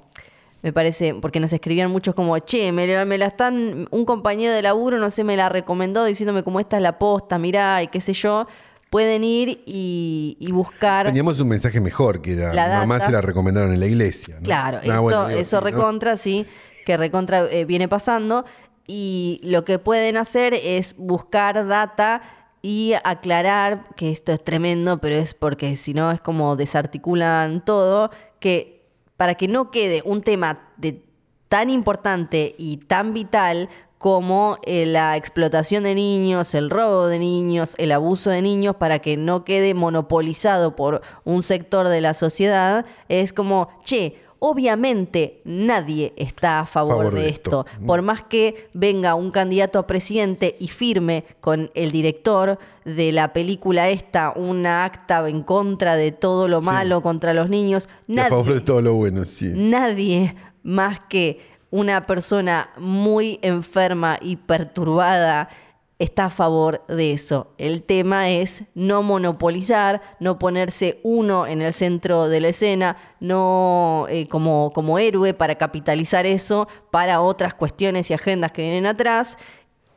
S2: me parece, porque nos escribían muchos como, che, me, la- me la están, un compañero de laburo, no sé, me la recomendó diciéndome como esta es la posta, mirá, y qué sé yo. pueden ir y, y buscar.
S1: Teníamos un mensaje mejor, que era
S2: La data.
S1: mamá se la recomendaron en la iglesia. ¿no?
S2: Claro,
S1: Ah,
S2: eso,
S1: bueno, digo,
S2: eso
S1: sí, ¿no?
S2: recontra, sí, que recontra eh, viene pasando. Y lo que pueden hacer es buscar data y aclarar que esto es tremendo, pero es porque si no es como desarticulan todo, que para que no quede un tema de tan importante y tan vital como eh, la explotación de niños, el robo de niños, el abuso de niños, para que no quede monopolizado por un sector de la sociedad, es como, che, obviamente nadie está a favor,
S1: Favor
S2: de,
S1: de
S2: esto.
S1: esto. Mm.
S2: Por más que venga un candidato a presidente y firme con el director de la película esta una acta en contra de todo lo malo contra los niños,
S1: Y a favor de
S2: nadie
S1: todo lo bueno, sí.
S2: nadie más que una persona muy enferma y perturbada está a favor de eso. El tema es no monopolizar, no ponerse uno en el centro de la escena, no eh, como, como héroe para capitalizar eso para otras cuestiones y agendas que vienen atrás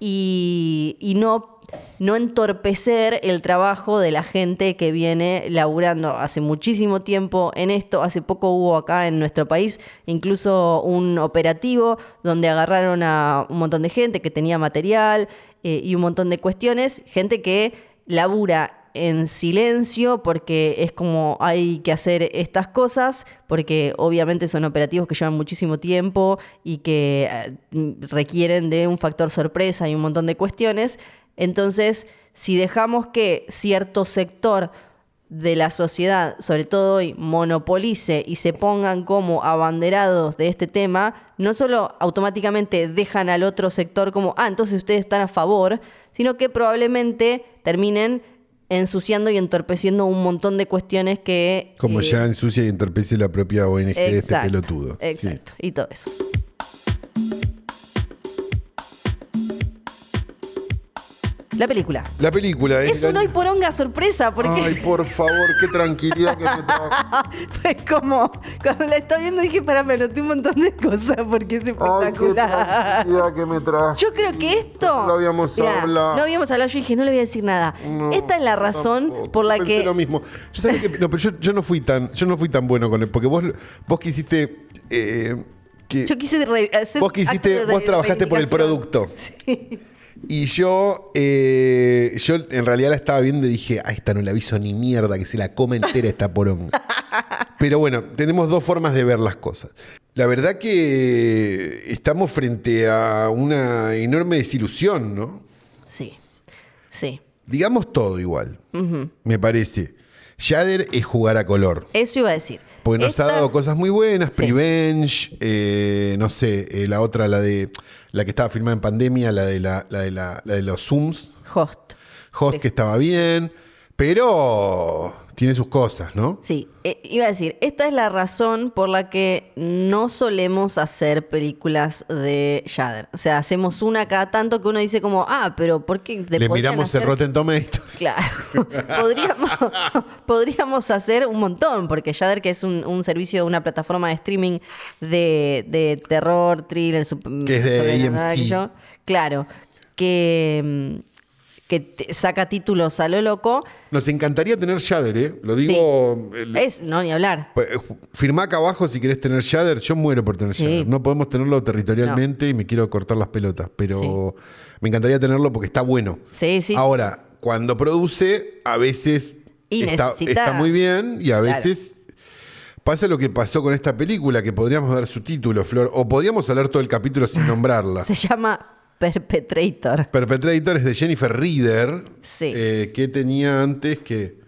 S2: y, y no, no entorpecer el trabajo de la gente que viene laburando hace muchísimo tiempo en esto. Hace poco hubo acá en nuestro país incluso un operativo donde agarraron a un montón de gente que tenía material eh, y un montón de cuestiones, gente que labura en silencio porque es como hay que hacer estas cosas, porque obviamente son operativos que llevan muchísimo tiempo y que eh, m- requieren de un factor sorpresa y un montón de cuestiones. Entonces, si dejamos que cierto sector de la sociedad, sobre todo hoy, monopolice y se pongan como abanderados de este tema, no solo automáticamente dejan al otro sector como, ah, entonces ustedes están a favor, sino que probablemente terminen ensuciando y entorpeciendo un montón de cuestiones que...
S1: Como
S2: eh,
S1: ya ensucia y entorpece la propia ONG de este
S2: exacto,
S1: pelotudo. Sí.
S2: Exacto, y todo eso. La película.
S1: La película es.
S2: Es un hoy poronga sorpresa, porque...
S1: Ay, por favor, qué tranquilidad que me da.
S2: Fue como, cuando la estaba viendo dije, pará, me anoté un montón de cosas porque es
S1: Ay, qué
S2: espectacular.
S1: tranquilidad que me trajo.
S2: Yo creo que esto...
S1: No habíamos
S2: Mirá,
S1: hablado.
S2: No habíamos hablado, yo dije, no le voy a decir nada. Esta es la razón
S1: Tampoco.
S2: por la
S1: Pensé
S2: que...
S1: lo mismo. Yo sabía que- no, pero yo, yo no fui tan, yo no fui tan bueno con él, porque vos, vos quisiste. eh, que,
S2: Yo quise re- hacer
S1: vos
S2: acto
S1: quisiste,
S2: de
S1: vos trabajaste por el
S2: reivindicación.
S1: producto. Y yo, eh, yo en realidad la estaba viendo y dije, a esta no la aviso ni mierda, que se la come entera esta poronga. Pero bueno, tenemos dos formas de ver las cosas. La verdad que estamos frente a una enorme desilusión, ¿no?
S2: Sí, sí.
S1: Digamos todo igual, me parece. Shader es jugar a color.
S2: Eso iba a decir.
S1: Porque nos
S2: Esta-
S1: ha dado cosas muy buenas,
S2: Sí.
S1: Prevenge, eh, no sé, eh, la otra, la de la que estaba filmada en pandemia, la de la, la de la, la de los Zooms,
S2: Host.
S1: Host que estaba bien, pero tiene sus cosas, ¿no?
S2: Sí, eh, iba a decir, esta es la razón por la que no solemos hacer películas de Shader. O sea, hacemos una cada tanto que uno dice como, ah, pero ¿por qué te
S1: Le
S2: podrían
S1: miramos el
S2: hacer-"
S1: Rotten Tomatoes.
S2: Claro, podríamos, podríamos hacer un montón, porque Shader, que es un, un servicio, una plataforma de streaming de, de terror, thriller, sup-
S1: Que es de
S2: sobrenatural,
S1: AMC.
S2: qué sé yo. claro, que, mm, que te saca títulos a lo loco.
S1: Nos encantaría tener Shader, ¿eh? Lo digo. el-
S2: Es, no, ni hablar.
S1: P- eh, Firmá acá abajo si querés tener Shader. Yo muero por tener
S2: Sí.
S1: Shader. No podemos tenerlo territorialmente y me quiero cortar las pelotas, pero
S2: Sí.
S1: me encantaría tenerlo porque está bueno.
S2: Sí, sí.
S1: Ahora, cuando produce, a veces
S2: Y
S1: está,
S2: necesita-
S1: está muy bien y a
S2: Claro.
S1: veces pasa lo que pasó con esta película, que podríamos dar su título, Flor, o podríamos hablar todo el capítulo sin nombrarla.
S2: Se llama Perpetrator.
S1: Perpetrator es de Jennifer Reader,
S2: Sí.
S1: eh, que tenía antes que...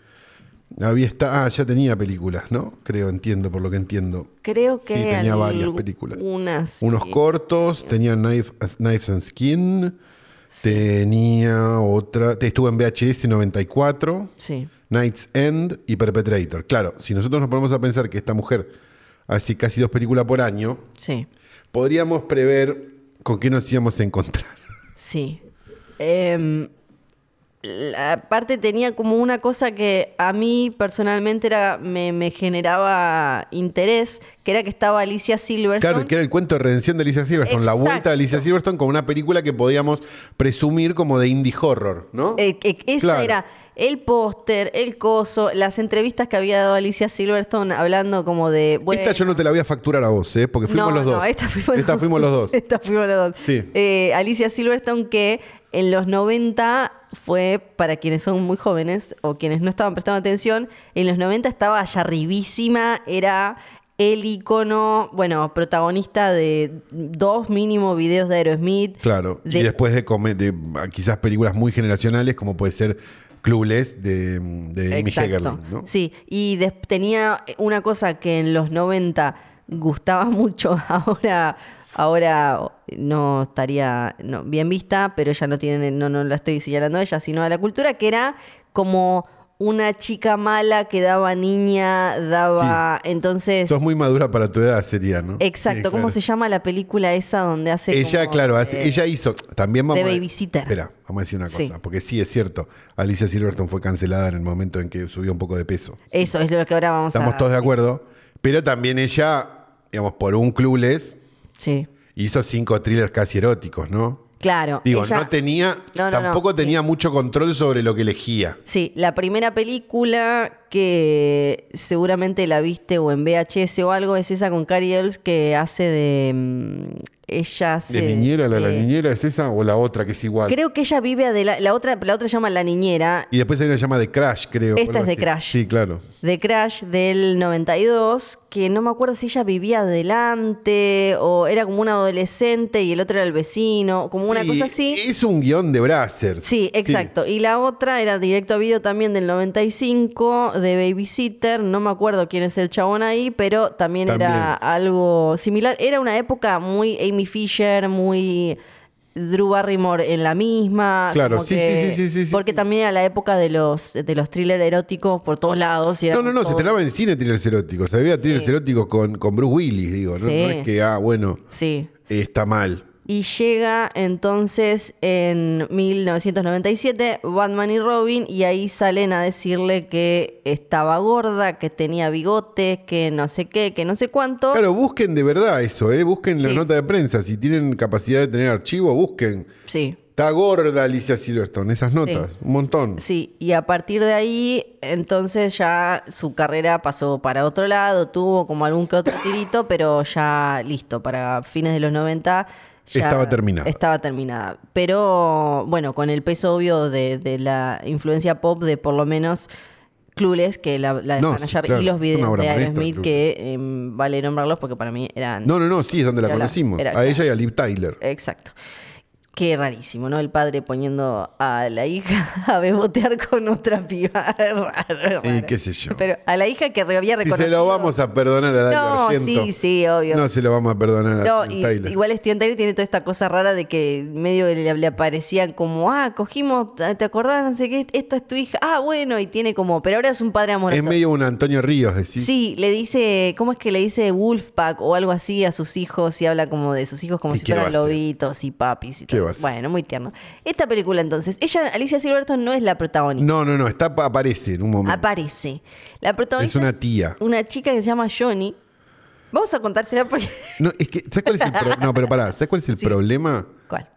S1: Había esta, ah, ya tenía películas, ¿no? Creo, entiendo, por lo que entiendo.
S2: Creo
S1: Sí,
S2: que
S1: tenía varias
S2: algu-
S1: películas.
S2: unas, sí.
S1: Unos cortos, tenía Knife- uh, Knives and Skin, tenía otra, estuvo en VHS 94,
S2: Sí.
S1: Night's End y Perpetrator. Claro, si nosotros nos ponemos a pensar que esta mujer hace casi dos películas por año,
S2: Sí.
S1: podríamos prever con qué nos íbamos a encontrar.
S2: Sí. Em, la parte tenía como una cosa que a mí personalmente era, me, me generaba interés, que era que estaba Alicia Silverstone.
S1: Claro, que era el cuento de redención de Alicia Silverstone, la
S2: Exacto.
S1: vuelta de Alicia Silverstone con una película que podíamos presumir como de indie horror, ¿no?
S2: Eh, eh, esa
S1: Claro.
S2: era. el póster, el coso, las entrevistas que había dado Alicia Silverstone hablando como de. bueno,
S1: Esta yo no te la voy a facturar a vos, ¿eh? porque fuimos
S2: no,
S1: los dos.
S2: No, esta fuimos, los-
S1: fuimos los dos.
S2: esta fuimos los dos.
S1: Sí.
S2: Eh, Alicia Silverstone, que en los 90 fue, para quienes son muy jóvenes o quienes no estaban prestando atención, en los 90 estaba allá arribísima, era el icono, bueno, protagonista de dos mínimo videos de Aerosmith.
S1: Claro.
S2: de-
S1: y después de, come- de, ah, quizás películas muy generacionales, como puede ser Clueless de, de Amy
S2: Exacto.
S1: Hegerland, ¿no?
S2: Sí, y des- tenía una cosa que en los 90 gustaba mucho, ahora ahora no estaría no, bien vista, pero ella no tiene no no la estoy señalando a ella, sino a la cultura que era como una chica mala que daba niña, daba entonces
S1: Sos muy madura para tu edad, sería, ¿no?
S2: Exacto,
S1: Sí,
S2: ¿cómo
S1: claro.
S2: se llama la película esa donde hace
S1: Ella,
S2: como,
S1: claro, hace-
S2: eh,
S1: ella hizo. También vamos.
S2: de
S1: a-
S2: babysitter.
S1: Espera, vamos a decir una cosa,
S2: Sí.
S1: porque sí es cierto. Alicia Silverton fue cancelada en el momento en que subió un poco de peso.
S2: Eso es lo que ahora vamos
S1: Estamos
S2: a
S1: todos de acuerdo. Pero también ella, digamos, por un clueless,
S2: Sí.
S1: hizo cinco thrillers casi eróticos, ¿no?
S2: Claro.
S1: Digo,
S2: ella-
S1: no tenía.
S2: No, no, no,
S1: tampoco
S2: sí.
S1: tenía mucho control sobre lo que elegía.
S2: Sí, la primera película que seguramente la viste o en VHS o algo es esa con Carrie Ells que hace de. mm, Ella hace.
S1: ¿De niñera? ¿La, la
S2: eh,
S1: niñera es esa o la otra que es igual?
S2: Creo que ella vive adelante. La otra, la otra se llama La Niñera.
S1: Y después hay una que se llama de Crash, creo. algo
S2: Esta es de
S1: así.
S2: Crash.
S1: Sí, claro.
S2: de Crash del 92, que no me acuerdo si ella vivía adelante o era como un adolescente y el otro era el vecino, como una
S1: Sí,
S2: cosa así.
S1: Es un guión de Brazzers.
S2: Sí, exacto. Y la otra era directo a video también del 95, de Babysitter. No me acuerdo quién es el chabón ahí, pero también, era
S1: También.
S2: algo similar. Era una época muy Amy Fisher, muy Drew Barrymore en la misma.
S1: Claro,
S2: como
S1: sí,
S2: que-
S1: sí, sí, sí, sí, sí,
S2: Porque
S1: sí.
S2: también era la época de los, de los thrillers eróticos por todos lados. y era
S1: No, no, no, se
S2: todo-
S1: estrenaba en cine thrillers eróticos. Se veía thrillers eróticos con, con Bruce Willis, digo. No,
S2: Sí.
S1: No es que, ah, bueno,
S2: Sí.
S1: está mal.
S2: Y llega entonces en 1997 Batman y Robin y ahí salen a decirle que estaba gorda, que tenía bigotes, que no sé qué, que no sé cuánto.
S1: Claro, busquen de verdad eso, ¿eh? Busquen la
S2: Sí.
S1: nota de prensa. Si tienen capacidad de tener archivo, busquen.
S2: Sí,
S1: Está gorda Alicia Silverstone, esas notas,
S2: Sí.
S1: un montón.
S2: sí. Y a partir de ahí entonces ya su carrera pasó para otro lado, tuvo como algún que otro tirito, pero ya listo, para fines de los 90. ya
S1: Estaba terminada.
S2: Estaba terminada. Pero bueno, con el peso obvio de, de la influencia pop de por lo menos Clueless, que la, la
S1: No,
S2: dejan
S1: sí,
S2: hallar,
S1: claro,
S2: y los
S1: es una
S2: videos
S1: obra
S2: de
S1: maestra,
S2: Aerosmith
S1: Clueless.
S2: que em, vale nombrarlos porque para mí eran...
S1: No, no, no, sí, es donde la
S2: Era la-
S1: conocimos.
S2: era-
S1: a ella y a Liv Tyler.
S2: Exacto. Qué rarísimo, ¿no? El padre poniendo a la hija a bebotear con otra piba. Es raro, es
S1: Y
S2: raro.
S1: qué sé yo.
S2: Pero a la hija que re- había
S1: Si
S2: reconocido.
S1: se lo vamos a perdonar a Dario
S2: No,
S1: Argento.
S2: sí, sí, obvio.
S1: No se lo vamos a perdonar a
S2: No,
S1: Liv
S2: y-
S1: Tyler.
S2: igual Steven Tyler tiene toda esta cosa rara de que medio le, le aparecían como, ah, cogimos, ¿te acordás? No sé qué, esta es tu hija, ah, bueno, y tiene como, pero ahora es un padre amoroso.
S1: es medio un Antonio Ríos, decir.
S2: Sí, le dice, ¿cómo es que le dice Wolfpack o algo así a sus hijos y habla como de sus hijos como
S1: ¿Y
S2: si
S1: qué
S2: fueran
S1: va a ser?
S2: lobitos y papis y
S1: ¿Qué
S2: todo.
S1: va a ser?
S2: Bueno, muy tierno. Esta película entonces, ella, Alicia Silverton no es la protagonista.
S1: No, no, no, está, aparece en un momento.
S2: Aparece. La
S1: es
S2: protagonista
S1: una tía.
S2: una chica que se llama Johnny. Vamos a contársela porque...
S1: No, es que, ¿sabes cuál es el pro- No, pero pará, ¿sabes cuál es el problema?
S2: ¿Cuál?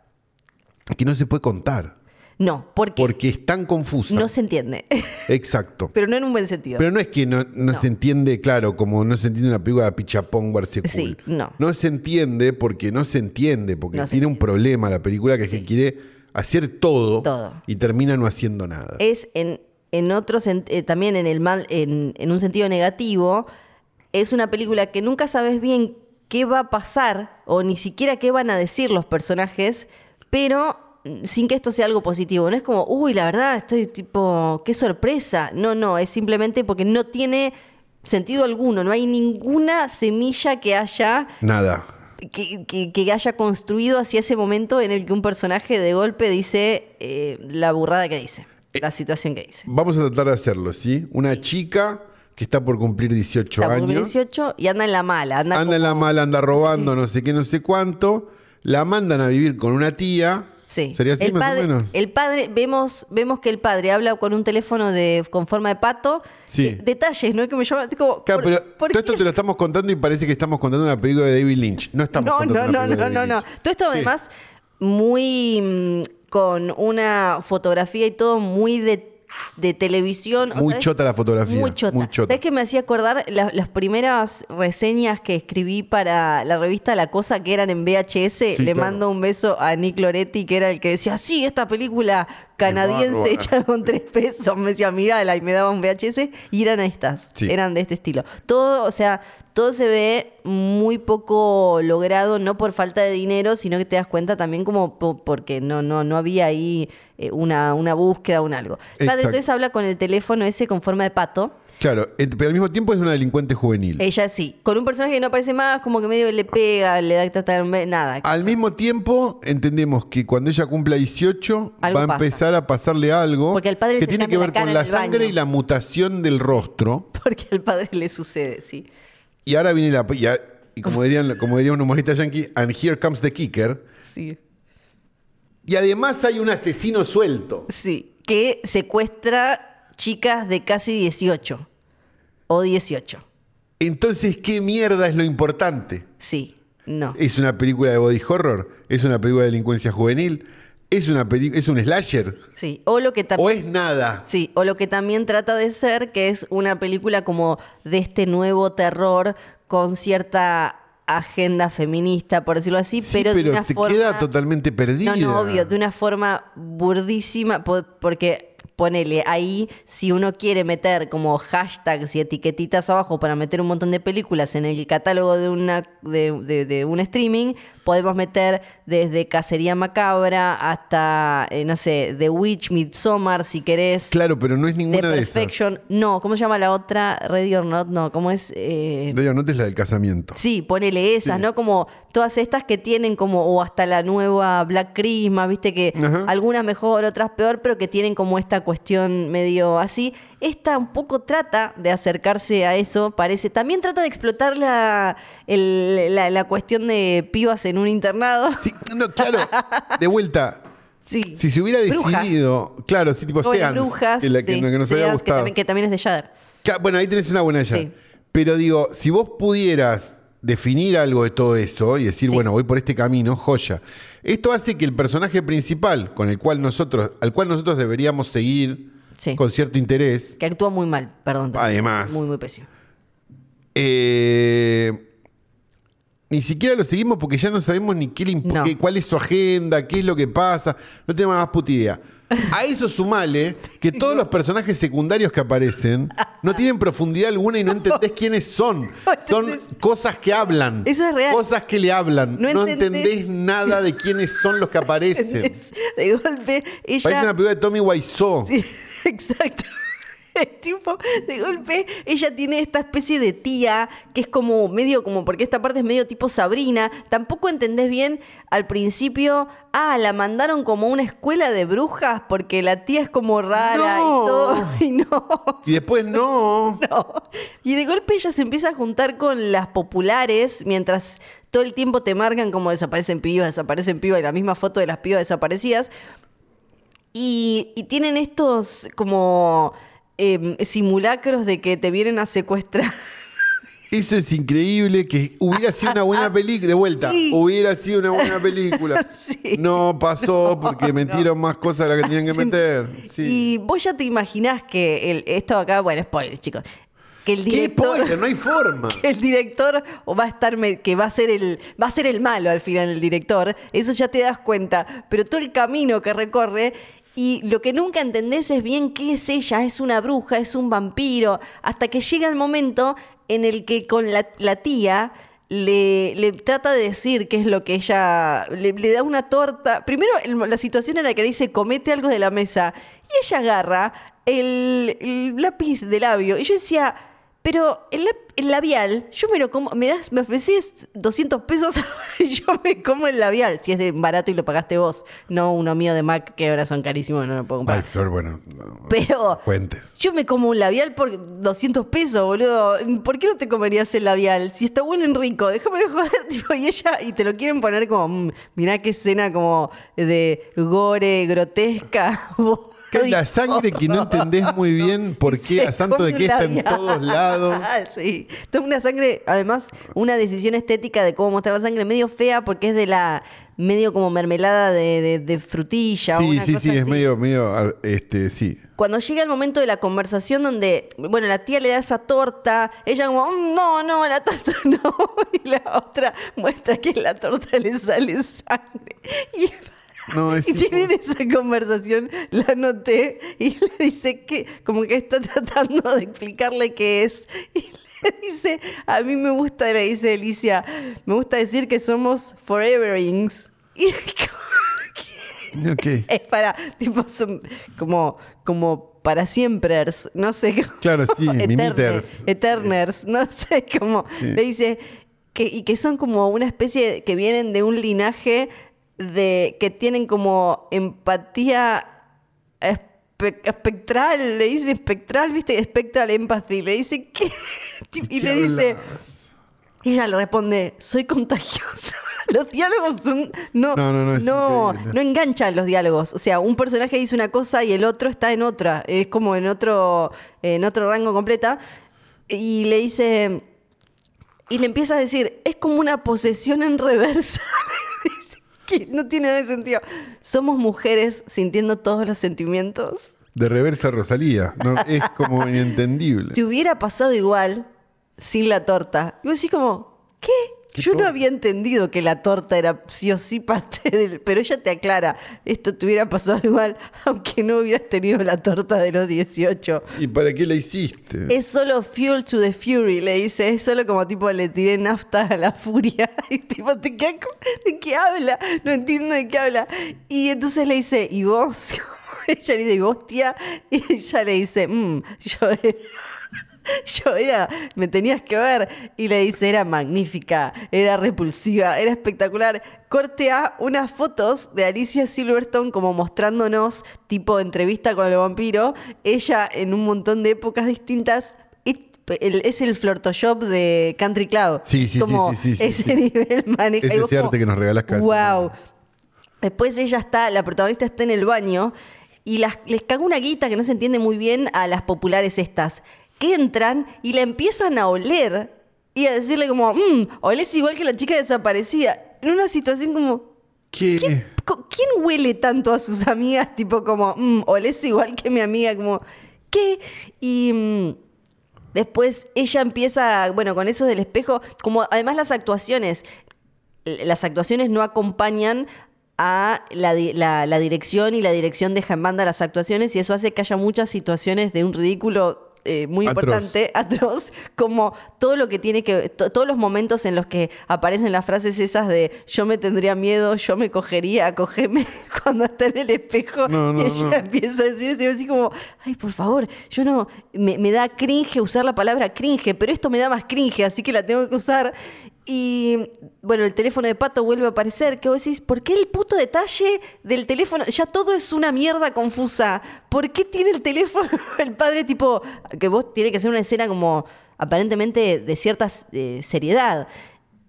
S1: Que no se puede contar.
S2: No, porque
S1: Porque es tan confusa.
S2: no se entiende.
S1: Exacto.
S2: Pero no en un buen sentido.
S1: Pero no es que no, no
S2: No.
S1: se entiende, claro, como no se entiende una película de Pichapón Barcecul.
S2: Sí, no.
S1: se entiende porque no se entiende, porque
S2: No se
S1: tiene un problema la película que es que quiere hacer todo,
S2: Todo. Eh,
S1: y termina no haciendo nada.
S2: es en, en otro sen- eh, también en el mal, en, en un sentido negativo, es una película que nunca sabes bien qué va a pasar o ni siquiera qué van a decir los personajes, pero mm, sin que esto sea algo positivo. No es como, uy, la verdad, estoy tipo, qué sorpresa. No, no, es simplemente porque no tiene sentido alguno, no hay ninguna semilla que haya
S1: Nada.
S2: que, que- que haya construido hacia ese momento en el que un personaje de golpe dice eh, la burrada que dice,
S1: Eh,
S2: la situación que dice.
S1: Vamos a tratar de hacerlo, ¿sí? Una chica que está por cumplir 18
S2: Está por cumplir
S1: años.
S2: 18 y anda en la mala, anda,
S1: anda en la mala, anda robando, no sé qué, no sé cuánto. La mandan a vivir con una tía.
S2: Sí.
S1: ¿Sería así
S2: el
S1: más
S2: padre,
S1: o menos?
S2: El padre, vemos, vemos que el padre habla con un teléfono de, con forma de pato.
S1: Sí.
S2: Eh, Detalles, ¿no? Que me llama. Como,
S1: Claro,
S2: ¿por-
S1: pero
S2: por
S1: todo
S2: qué?
S1: esto te lo estamos contando y parece que estamos contando una película de David Lynch. No estamos
S2: No,
S1: contando
S2: no,
S1: una
S2: no, no,
S1: película
S2: no,
S1: de
S2: no,
S1: David Lynch.
S2: Todo esto
S1: Sí.
S2: además muy mm, con una fotografía y todo muy de de televisión. o
S1: Muy
S2: ¿sabes?
S1: chota la fotografía,
S2: Muy chota.
S1: muy chota.
S2: ¿Sabes qué me hacía acordar? La- las primeras reseñas que escribí para la revista La Cosa, que eran en VHS. Le
S1: claro.
S2: mando un beso a Nick Loretti, que era el que decía, sí, esta película canadiense
S1: bárbara".
S2: hecha con tres pesos. Me decía, mírala, y me daba un VHS. Y eran estas,
S1: Sí.
S2: eran de este estilo. Todo, o sea, todo se ve muy poco logrado, no por falta de dinero, sino que te das cuenta también como po- porque no, no, no había ahí eh, una, una búsqueda, un algo. Padre
S1: Exacto.
S2: Tess habla con el teléfono ese con forma de pato.
S1: Claro, et- pero al mismo tiempo es una delincuente juvenil.
S2: Ella sí. Con un personaje que no aparece más, como que medio le pega, le da que tratar nada.
S1: Al mismo tiempo, entendemos que cuando ella cumpla 18,
S2: Algo
S1: va a
S2: pasa.
S1: empezar a pasarle algo
S2: Porque al padre
S1: que
S2: se
S1: tiene que
S2: cambia la
S1: ver
S2: cara
S1: con
S2: en
S1: la
S2: el
S1: sangre
S2: baño.
S1: y la mutación del rostro.
S2: Porque al padre le sucede, sí.
S1: Y ahora viene la. Y, a- y como, dirían, como diría un humorista yankee, and here comes the kicker.
S2: Sí.
S1: Y además hay un asesino suelto.
S2: Sí. Que secuestra chicas de casi 18. O 18.
S1: Entonces, ¿qué mierda es lo importante?
S2: Sí. No.
S1: ¿Es una película de body horror? ¿Es una película de delincuencia juvenil? ¿Es, una peli- ¿Es un slasher?
S2: Sí. O lo que también.
S1: ¿O es nada?
S2: Sí, o lo que también trata de ser, que es una película como de este nuevo terror con cierta agenda feminista, por decirlo así,
S1: Sí,
S2: pero,
S1: pero,
S2: de una
S1: te
S2: forma...
S1: queda totalmente perdida.
S2: No, no, obvio, de una forma burdísima, po- porque ponele ahí, si uno quiere meter como hashtags y etiquetitas abajo para meter un montón de películas en el catálogo de, una, de, de- de un streaming, podemos meter desde Cacería Macabra hasta, eh, no sé, The Witch, Midsommar, si querés.
S1: Claro, pero no es
S2: The
S1: ninguna de esas.
S2: Perfection. No, ¿cómo se llama la otra? Ready or Not, no, ¿cómo es? Eh,
S1: Dayo, no te es la del casamiento.
S2: Sí, ponele esas, ¿no? Como todas estas que tienen como, o hasta la nueva Black Christmas, viste que
S1: Ajá.
S2: algunas mejor, otras peor, pero que tienen como esta cuestión medio así. Esta un poco trata de acercarse a eso, parece. También trata de explotar la, el- la, la cuestión de pibas en un internado.
S1: Sí, no, claro. De vuelta.
S2: Sí.
S1: Si se hubiera
S2: Brujas.
S1: decidido, claro, sí, tipo
S2: Como las
S1: Seans,
S2: brujas.
S1: que, la- que
S2: sí.
S1: no- que nos había
S2: Seans, que
S1: gustado.
S2: también- que también es de Shudder.
S1: Claro, Bueno, ahí tenés una buena ya.
S2: Sí.
S1: Pero digo, si vos pudieras definir algo de todo eso y decir,
S2: Sí.
S1: bueno, voy por este camino, joya. Esto hace que el personaje principal con el cual nosotros, al cual nosotros deberíamos seguir
S2: Sí.
S1: con cierto interés,
S2: Que actúa muy mal, perdón. también.
S1: Además.
S2: Muy, muy pésimo.
S1: eh, ni siquiera lo seguimos porque ya no sabemos ni qué le impo-
S2: No.
S1: qué- cuál es su agenda, qué es lo que pasa, no tenemos más puta idea. A eso sumale que todos los personajes secundarios que aparecen no tienen profundidad alguna y no entendés quiénes son. Son cosas que hablan.
S2: Eso es real.
S1: Cosas que le hablan. No,
S2: No
S1: entendés.
S2: entendés.
S1: nada de quiénes son los que aparecen.
S2: De golpe, ella...
S1: Parece una película de Tommy Wiseau.
S2: Sí, exacto. Es tipo, de golpe, ella tiene esta especie de tía que es como medio como, porque esta parte es medio tipo Sabrina. Tampoco entendés bien al principio, ah, la mandaron como a una escuela de brujas porque la tía es como rara
S1: No.
S2: y todo. Y no.
S1: Y después no.
S2: No. Y de golpe ella se empieza a juntar con las populares mientras todo el tiempo te marcan como desaparecen pibas, desaparecen pibas, y la misma foto de las pibas desaparecidas. Y, y tienen estos como em, simulacros de que te vienen a secuestrar.
S1: Eso es increíble que hubiera sido una buena película. De vuelta,
S2: Sí.
S1: hubiera sido una buena película.
S2: Sí.
S1: No pasó porque metieron más cosas de las que tenían que
S2: Sí.
S1: meter. Sí.
S2: Y vos ya te imaginás que el, esto acá, bueno, spoiler, chicos. Que el
S1: ¿Qué
S2: director.
S1: spoiler? No hay forma.
S2: que el director o va a estar me- que va a ser el va a ser el malo al final el director eso ya te das cuenta pero todo el camino que recorre y lo que nunca entendés es bien qué es ella es una bruja es un vampiro hasta que llega el momento en el que con la, la tía le, le trata de decir qué es lo que ella le, le da una torta primero el- la situación en la que le dice comete algo de la mesa y ella agarra el, el lápiz de labio y yo decía pero el, lap- el labial, yo me lo como, me das, me ofrecés 200 pesos y yo me como el labial, si es de barato y lo pagaste vos, no uno mío de Mac que ahora son carísimos, no lo puedo comprar.
S1: Ay, Flor, bueno. no,
S2: Pero-
S1: Cuentes.
S2: Yo me como un labial por 200 pesos, boludo. ¿Por qué no te comerías el labial? Si está huelen rico, déjame de joder. Tipo, y ella, y te lo quieren poner como, mm, mirá qué escena como de gore grotesca.
S1: Cae la sangre que no entendés muy bien por qué a santo de que está en todos lados.
S2: sí. Toma una sangre, además, una decisión estética de cómo mostrar la sangre medio fea porque es de la medio como mermelada de, de- de frutilla. o
S1: Sí,
S2: una
S1: sí,
S2: cosa
S1: sí, es
S2: así.
S1: medio, medio, ar- este, sí.
S2: Cuando llega el momento de la conversación donde, bueno, la tía le da esa torta, ella como, "Mm, no, no, la torta no, y la otra muestra que la torta le sale sangre. Y,
S1: No, es
S2: y tienen esa conversación, la noté, y le dice que, como que está tratando de explicarle qué es, y le dice, a mí me gusta, le dice Alicia, me gusta decir que somos foreverings. Y es como que-
S1: Ok.
S2: es para, tipo, son como, como para siemprers, no sé cómo.
S1: Claro, sí,
S2: Eterne-
S1: mimiters.
S2: Eterners, no sé cómo.
S1: Sí.
S2: Le dice, que, y que son como una especie de- que vienen de un linaje de que tienen como empatía espe- espectral, le dice espectral, viste, espectral empathy, le dice que... Y le dice, y ella le responde, soy contagiosa. Los diálogos son- no,
S1: No, no,
S2: no,
S1: no,
S2: no,
S1: es
S2: no,
S1: increíble.
S2: enganchan los diálogos. O sea, un personaje dice una cosa y el otro está en otra. Es como en otro, en otro rango completa. Y le dice, y le empieza a decir, es como una posesión en reversa. que no tiene nada de sentido. Somos mujeres sintiendo todos los sentimientos.
S1: De reversa Rosalía. No, es como inentendible.
S2: Te hubiera pasado igual sin la torta. Y vos decís como, ¿qué?
S1: ¿Qué
S2: Yo no
S1: torta?
S2: había entendido que la torta era sí o sí parte del... Pero ella te aclara, esto te hubiera pasado igual aunque no hubieras tenido la torta de los 18.
S1: ¿Y para qué la hiciste?
S2: Es solo fuel to the fury, le dice. Es solo como tipo le tiré nafta a la furia. Y tipo, ¿te queda como, ¿de qué habla? No entiendo de qué habla. Y entonces le dice, ¿y vos? Ella le dice, ¿y vos, tía? Y ella le dice, "Mm, yo era. Yo era, me tenías que ver. Y le dice, era magnífica, era repulsiva, era espectacular. Corte a unas fotos de Alicia Silverstone como mostrándonos, tipo entrevista con el vampiro, ella en un montón de épocas distintas. Y el- es el flirtoshop de Country Club.
S1: Sí, sí, sí,
S2: como
S1: sí, sí, sí,
S2: Ese
S1: sí.
S2: nivel maneja.
S1: Ese
S2: y vos
S1: arte
S2: como,
S1: que nos regalás cada
S2: Wow.
S1: semana".
S2: Después ella está, la protagonista está en el baño y las- les caga una guita que no se entiende muy bien a las populares estas, que entran y la empiezan a oler y a decirle como, mmm, olés igual que la chica desaparecida. En una situación como,
S1: ¿Qué?
S2: ¿quién, co- quién huele tanto a sus amigas? Tipo como, mmm, olés igual que mi amiga, como, ¿qué? Y... mm, Después ella empieza, bueno, con eso del espejo, como además las actuaciones, l- las actuaciones no acompañan a la, di- la- la dirección y la dirección deja en banda las actuaciones y eso hace que haya muchas situaciones de un ridículo eh, muy
S1: Atroz.
S2: importante, atroz, como todo lo que tiene que, to- todos los momentos en los que aparecen las frases esas de yo me tendría miedo, yo me cogería, cogeme cuando está en el espejo
S1: No, no,
S2: y ella
S1: no.
S2: empieza a decir eso y yo así como, ay, por favor, yo no, me, me da cringe usar la palabra cringe, pero esto me da más cringe, así que la tengo que usar. Y bueno, el teléfono de Pato vuelve a aparecer, que vos decís, ¿por qué el puto detalle del teléfono? Ya todo es una mierda confusa. ¿Por qué tiene el teléfono el padre tipo, que vos tiene que ser una escena como aparentemente de cierta eh, seriedad?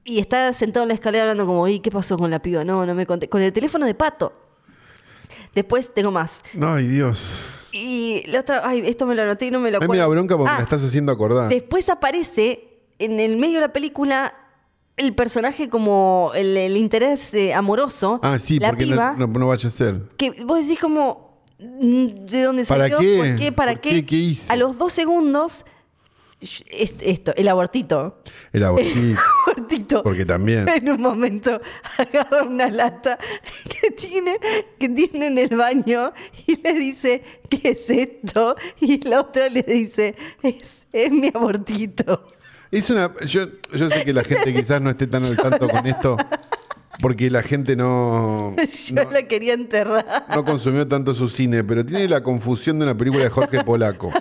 S2: Y está sentado en la escalera hablando como, ¿y qué pasó con la piba? No, no me conté. Con el teléfono de Pato. Después tengo más.
S1: No, ay Dios.
S2: Y la otra, ay, esto me lo anoté y no me lo
S1: A mí me
S2: acuerdo.
S1: da bronca porque me la
S2: Ah,
S1: estás haciendo acordar.
S2: Después aparece en el medio de la película el personaje como el, el interés eh, amoroso.
S1: Ah, sí,
S2: la
S1: porque no-
S2: piba,
S1: no, no vaya a ser.
S2: que vos decís como mm, ¿de dónde
S1: ¿Para
S2: salió?
S1: qué?
S2: ¿Por qué? ¿Para
S1: ¿Por qué? ¿Qué hice?
S2: A los dos segundos, sh- est- esto, el abortito.
S1: El abortito.
S2: Cortito.
S1: Porque también.
S2: En un momento agarra una lata que tiene, que tiene en el baño y le dice, ¿qué es esto? Y la otra le dice, es, es mi abortito.
S1: Es una. Yo, yo sé que la gente quizás no esté tan al tanto con esto. Porque la gente no,
S2: Yo la quería enterrar.
S1: no consumió tanto su cine, pero tiene la confusión de una película de Jorge Polaco.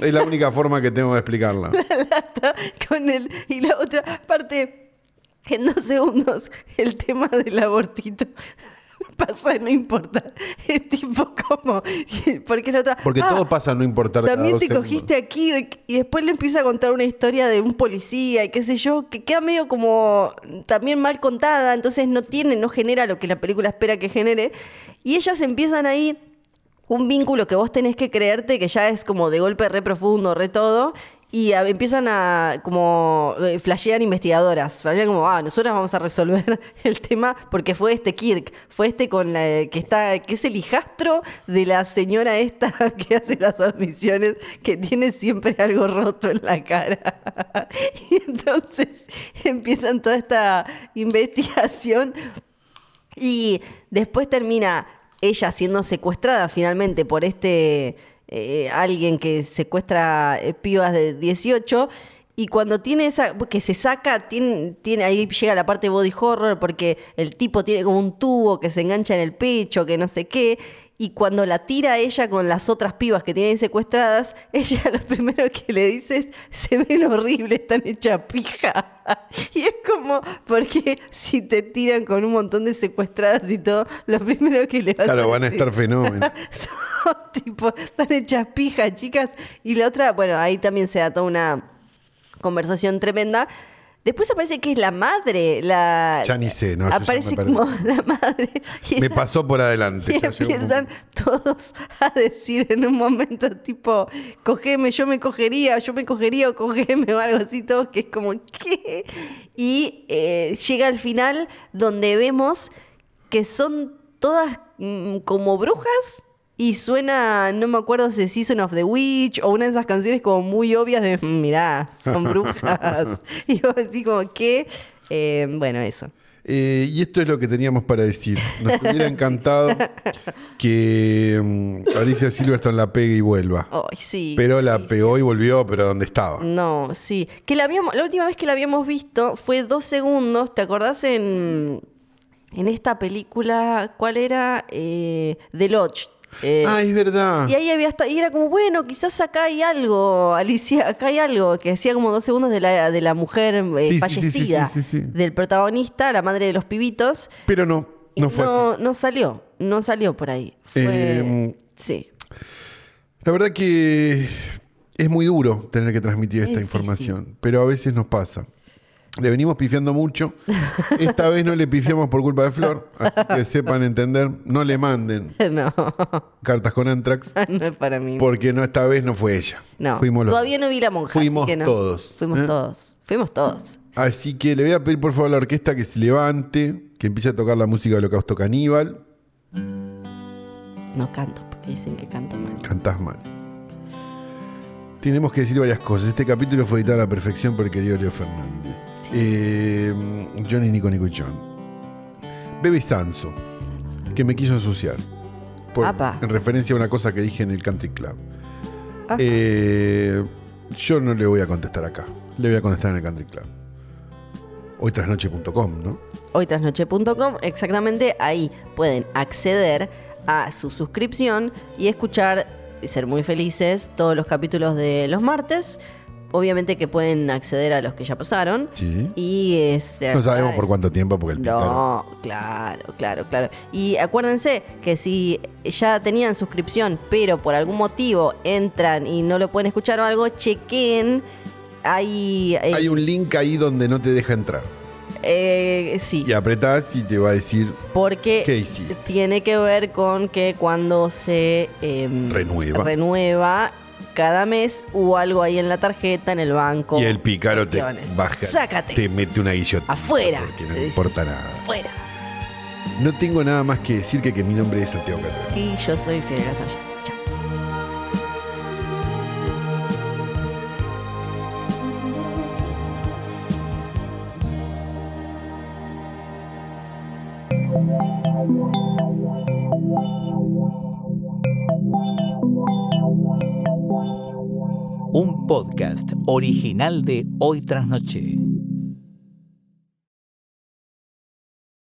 S1: Es la única forma que tengo de explicarla.
S2: lata con él. Y la otra parte, en dos segundos, el tema del abortito pasa, no importa. Es tipo como, porque la otra...
S1: Porque
S2: "Ah,
S1: todo pasa a no importar cada
S2: También
S1: dos
S2: te
S1: segundos.
S2: cogiste aquí de- y después le empieza a contar una historia de un policía y qué sé yo, que queda medio como también mal contada, entonces no tiene, no genera lo que la película espera que genere. Y ellas empiezan ahí un vínculo que vos tenés que creerte que ya es como de golpe re profundo, re todo. Y a- empiezan a como eh, flashean investigadoras, flashean como, ah, nosotras vamos a resolver el tema porque fue este Kirk, fue este con la que está, que es el hijastro de la señora esta que hace las admisiones, que tiene siempre algo roto en la cara. Y entonces empiezan toda esta investigación y después termina ella siendo secuestrada finalmente por este eh, alguien que secuestra eh, pibas de 18. Y cuando tiene esa, que se saca, tiene, tiene, ahí llega la parte body horror porque el tipo tiene como un tubo que se engancha en el pecho, que no sé qué. Y cuando la tira a ella con las otras pibas que tienen secuestradas, ella lo primero que le dice es, se ven horrible, están hechas pija. Y es como, porque si te tiran con un montón de secuestradas y todo, lo primero que le vas
S1: Claro,
S2: a
S1: van a
S2: decir-
S1: estar fenómenos.
S2: son tipo, están hechas pijas, chicas. Y la otra, bueno, ahí también se da toda una conversación tremenda. Después aparece que es la madre, la...
S1: Ya ni sé, no, yo ya me
S2: Aparece
S1: perdí.
S2: como la madre. Y
S1: Me
S2: era-
S1: pasó por adelante.
S2: y
S1: ya llegó un
S2: empiezan todos a decir en un momento tipo, cogeme, yo me cogería, yo me cogería o cogeme o algo así, todos que es como, ¿qué? Y eh, llega al final donde vemos que son todas mm, como brujas y suena, no me acuerdo si Season of the Witch o una de esas canciones como muy obvias de, "Mm, mirá, son brujas. y yo así como, ¿qué? Eh, bueno, eso.
S1: Eh, y esto es lo que teníamos para decir. Nos hubiera encantado que mm, Alicia Silverstone la pegue y vuelva.
S2: Ay, sí. Mm,
S1: Pero la pegó y volvió, pero donde estaba.
S2: No, sí. Que la habíamos, la última vez que la habíamos visto fue dos segundos. ¿Te acordás en, en esta película? ¿Cuál era? Eh, The Lodge. Eh,
S1: ah, es verdad.
S2: y ahí había hasta, y era como, bueno, quizás acá hay algo, Alicia, acá hay algo, que hacía como dos segundos de la, de la mujer eh,
S1: Sí, sí, sí,
S2: fallecida,
S1: sí, sí, sí, sí.
S2: del protagonista, la madre de los pibitos.
S1: Pero no,
S2: Y
S1: no fue así.
S2: eh, no salió, no salió por ahí. Fue-
S1: Eh,
S2: sí.
S1: La verdad que es muy duro tener que transmitir esta
S2: difícil.
S1: información, pero a veces nos pasa. Le venimos pifiando mucho. Esta vez no le pifiamos por culpa de Flor, así que sepan entender, no le manden
S2: No,
S1: cartas con Antrax,
S2: no es para mí.
S1: porque no esta vez no fue ella.
S2: No,
S1: Fuimos los
S2: todavía
S1: dos.
S2: no vi la monja.
S1: Fuimos
S2: así que no.
S1: todos,
S2: Fuimos
S1: ¿eh?
S2: todos. Fuimos todos.
S1: Así que le voy a pedir por favor a la orquesta que se levante, que empiece a tocar la música de Holocausto Caníbal.
S2: No canto, porque dicen que canto mal.
S1: Cantás mal. Tenemos que decir varias cosas. Este capítulo fue editado a la perfección por el querido Leo Fernández. Eh, Johnny Nico Nico y John. Bebe Sanso, que me quiso ensuciar. por-
S2: Apa.
S1: en referencia a una cosa que dije en el Country Club.
S2: Ajá.
S1: Eh, yo no le voy a contestar acá. Le voy a contestar en el Country Club. Hoytrasnoche.com, ¿no?
S2: Hoytrasnoche.com, exactamente ahí pueden acceder a su suscripción y escuchar y ser muy felices todos los capítulos de los martes. Obviamente que pueden acceder a los que ya pasaron.
S1: Sí.
S2: Y este,
S1: No sabemos
S2: ah,
S1: por cuánto tiempo porque el pícaro-
S2: No, claro, claro, claro. Y acuérdense que si ya tenían suscripción, pero por algún motivo entran y no lo pueden escuchar o algo, chequen. Hay. eh,
S1: Hay un link ahí donde no te deja entrar.
S2: eh, sí,
S1: Y apretás y te va a decir
S2: porque
S1: ¿Qué hiciste?
S2: tiene que ver con que cuando se em,
S1: Renueva.
S2: renueva cada mes hubo algo ahí en la tarjeta, en el banco.
S1: y el pícaro te
S2: Cuestiones.
S1: baja.
S2: Sácate.
S1: Te mete una guillotina.
S2: Afuera.
S1: Porque no
S2: Te
S1: le
S2: dice.
S1: importa nada.
S2: Fuera.
S1: No tengo nada más que decir que, que mi nombre es Santiago Catalán.
S2: Y yo soy Fidel Gasalla. Chao.
S3: Un podcast original de Hoy Tras Noche.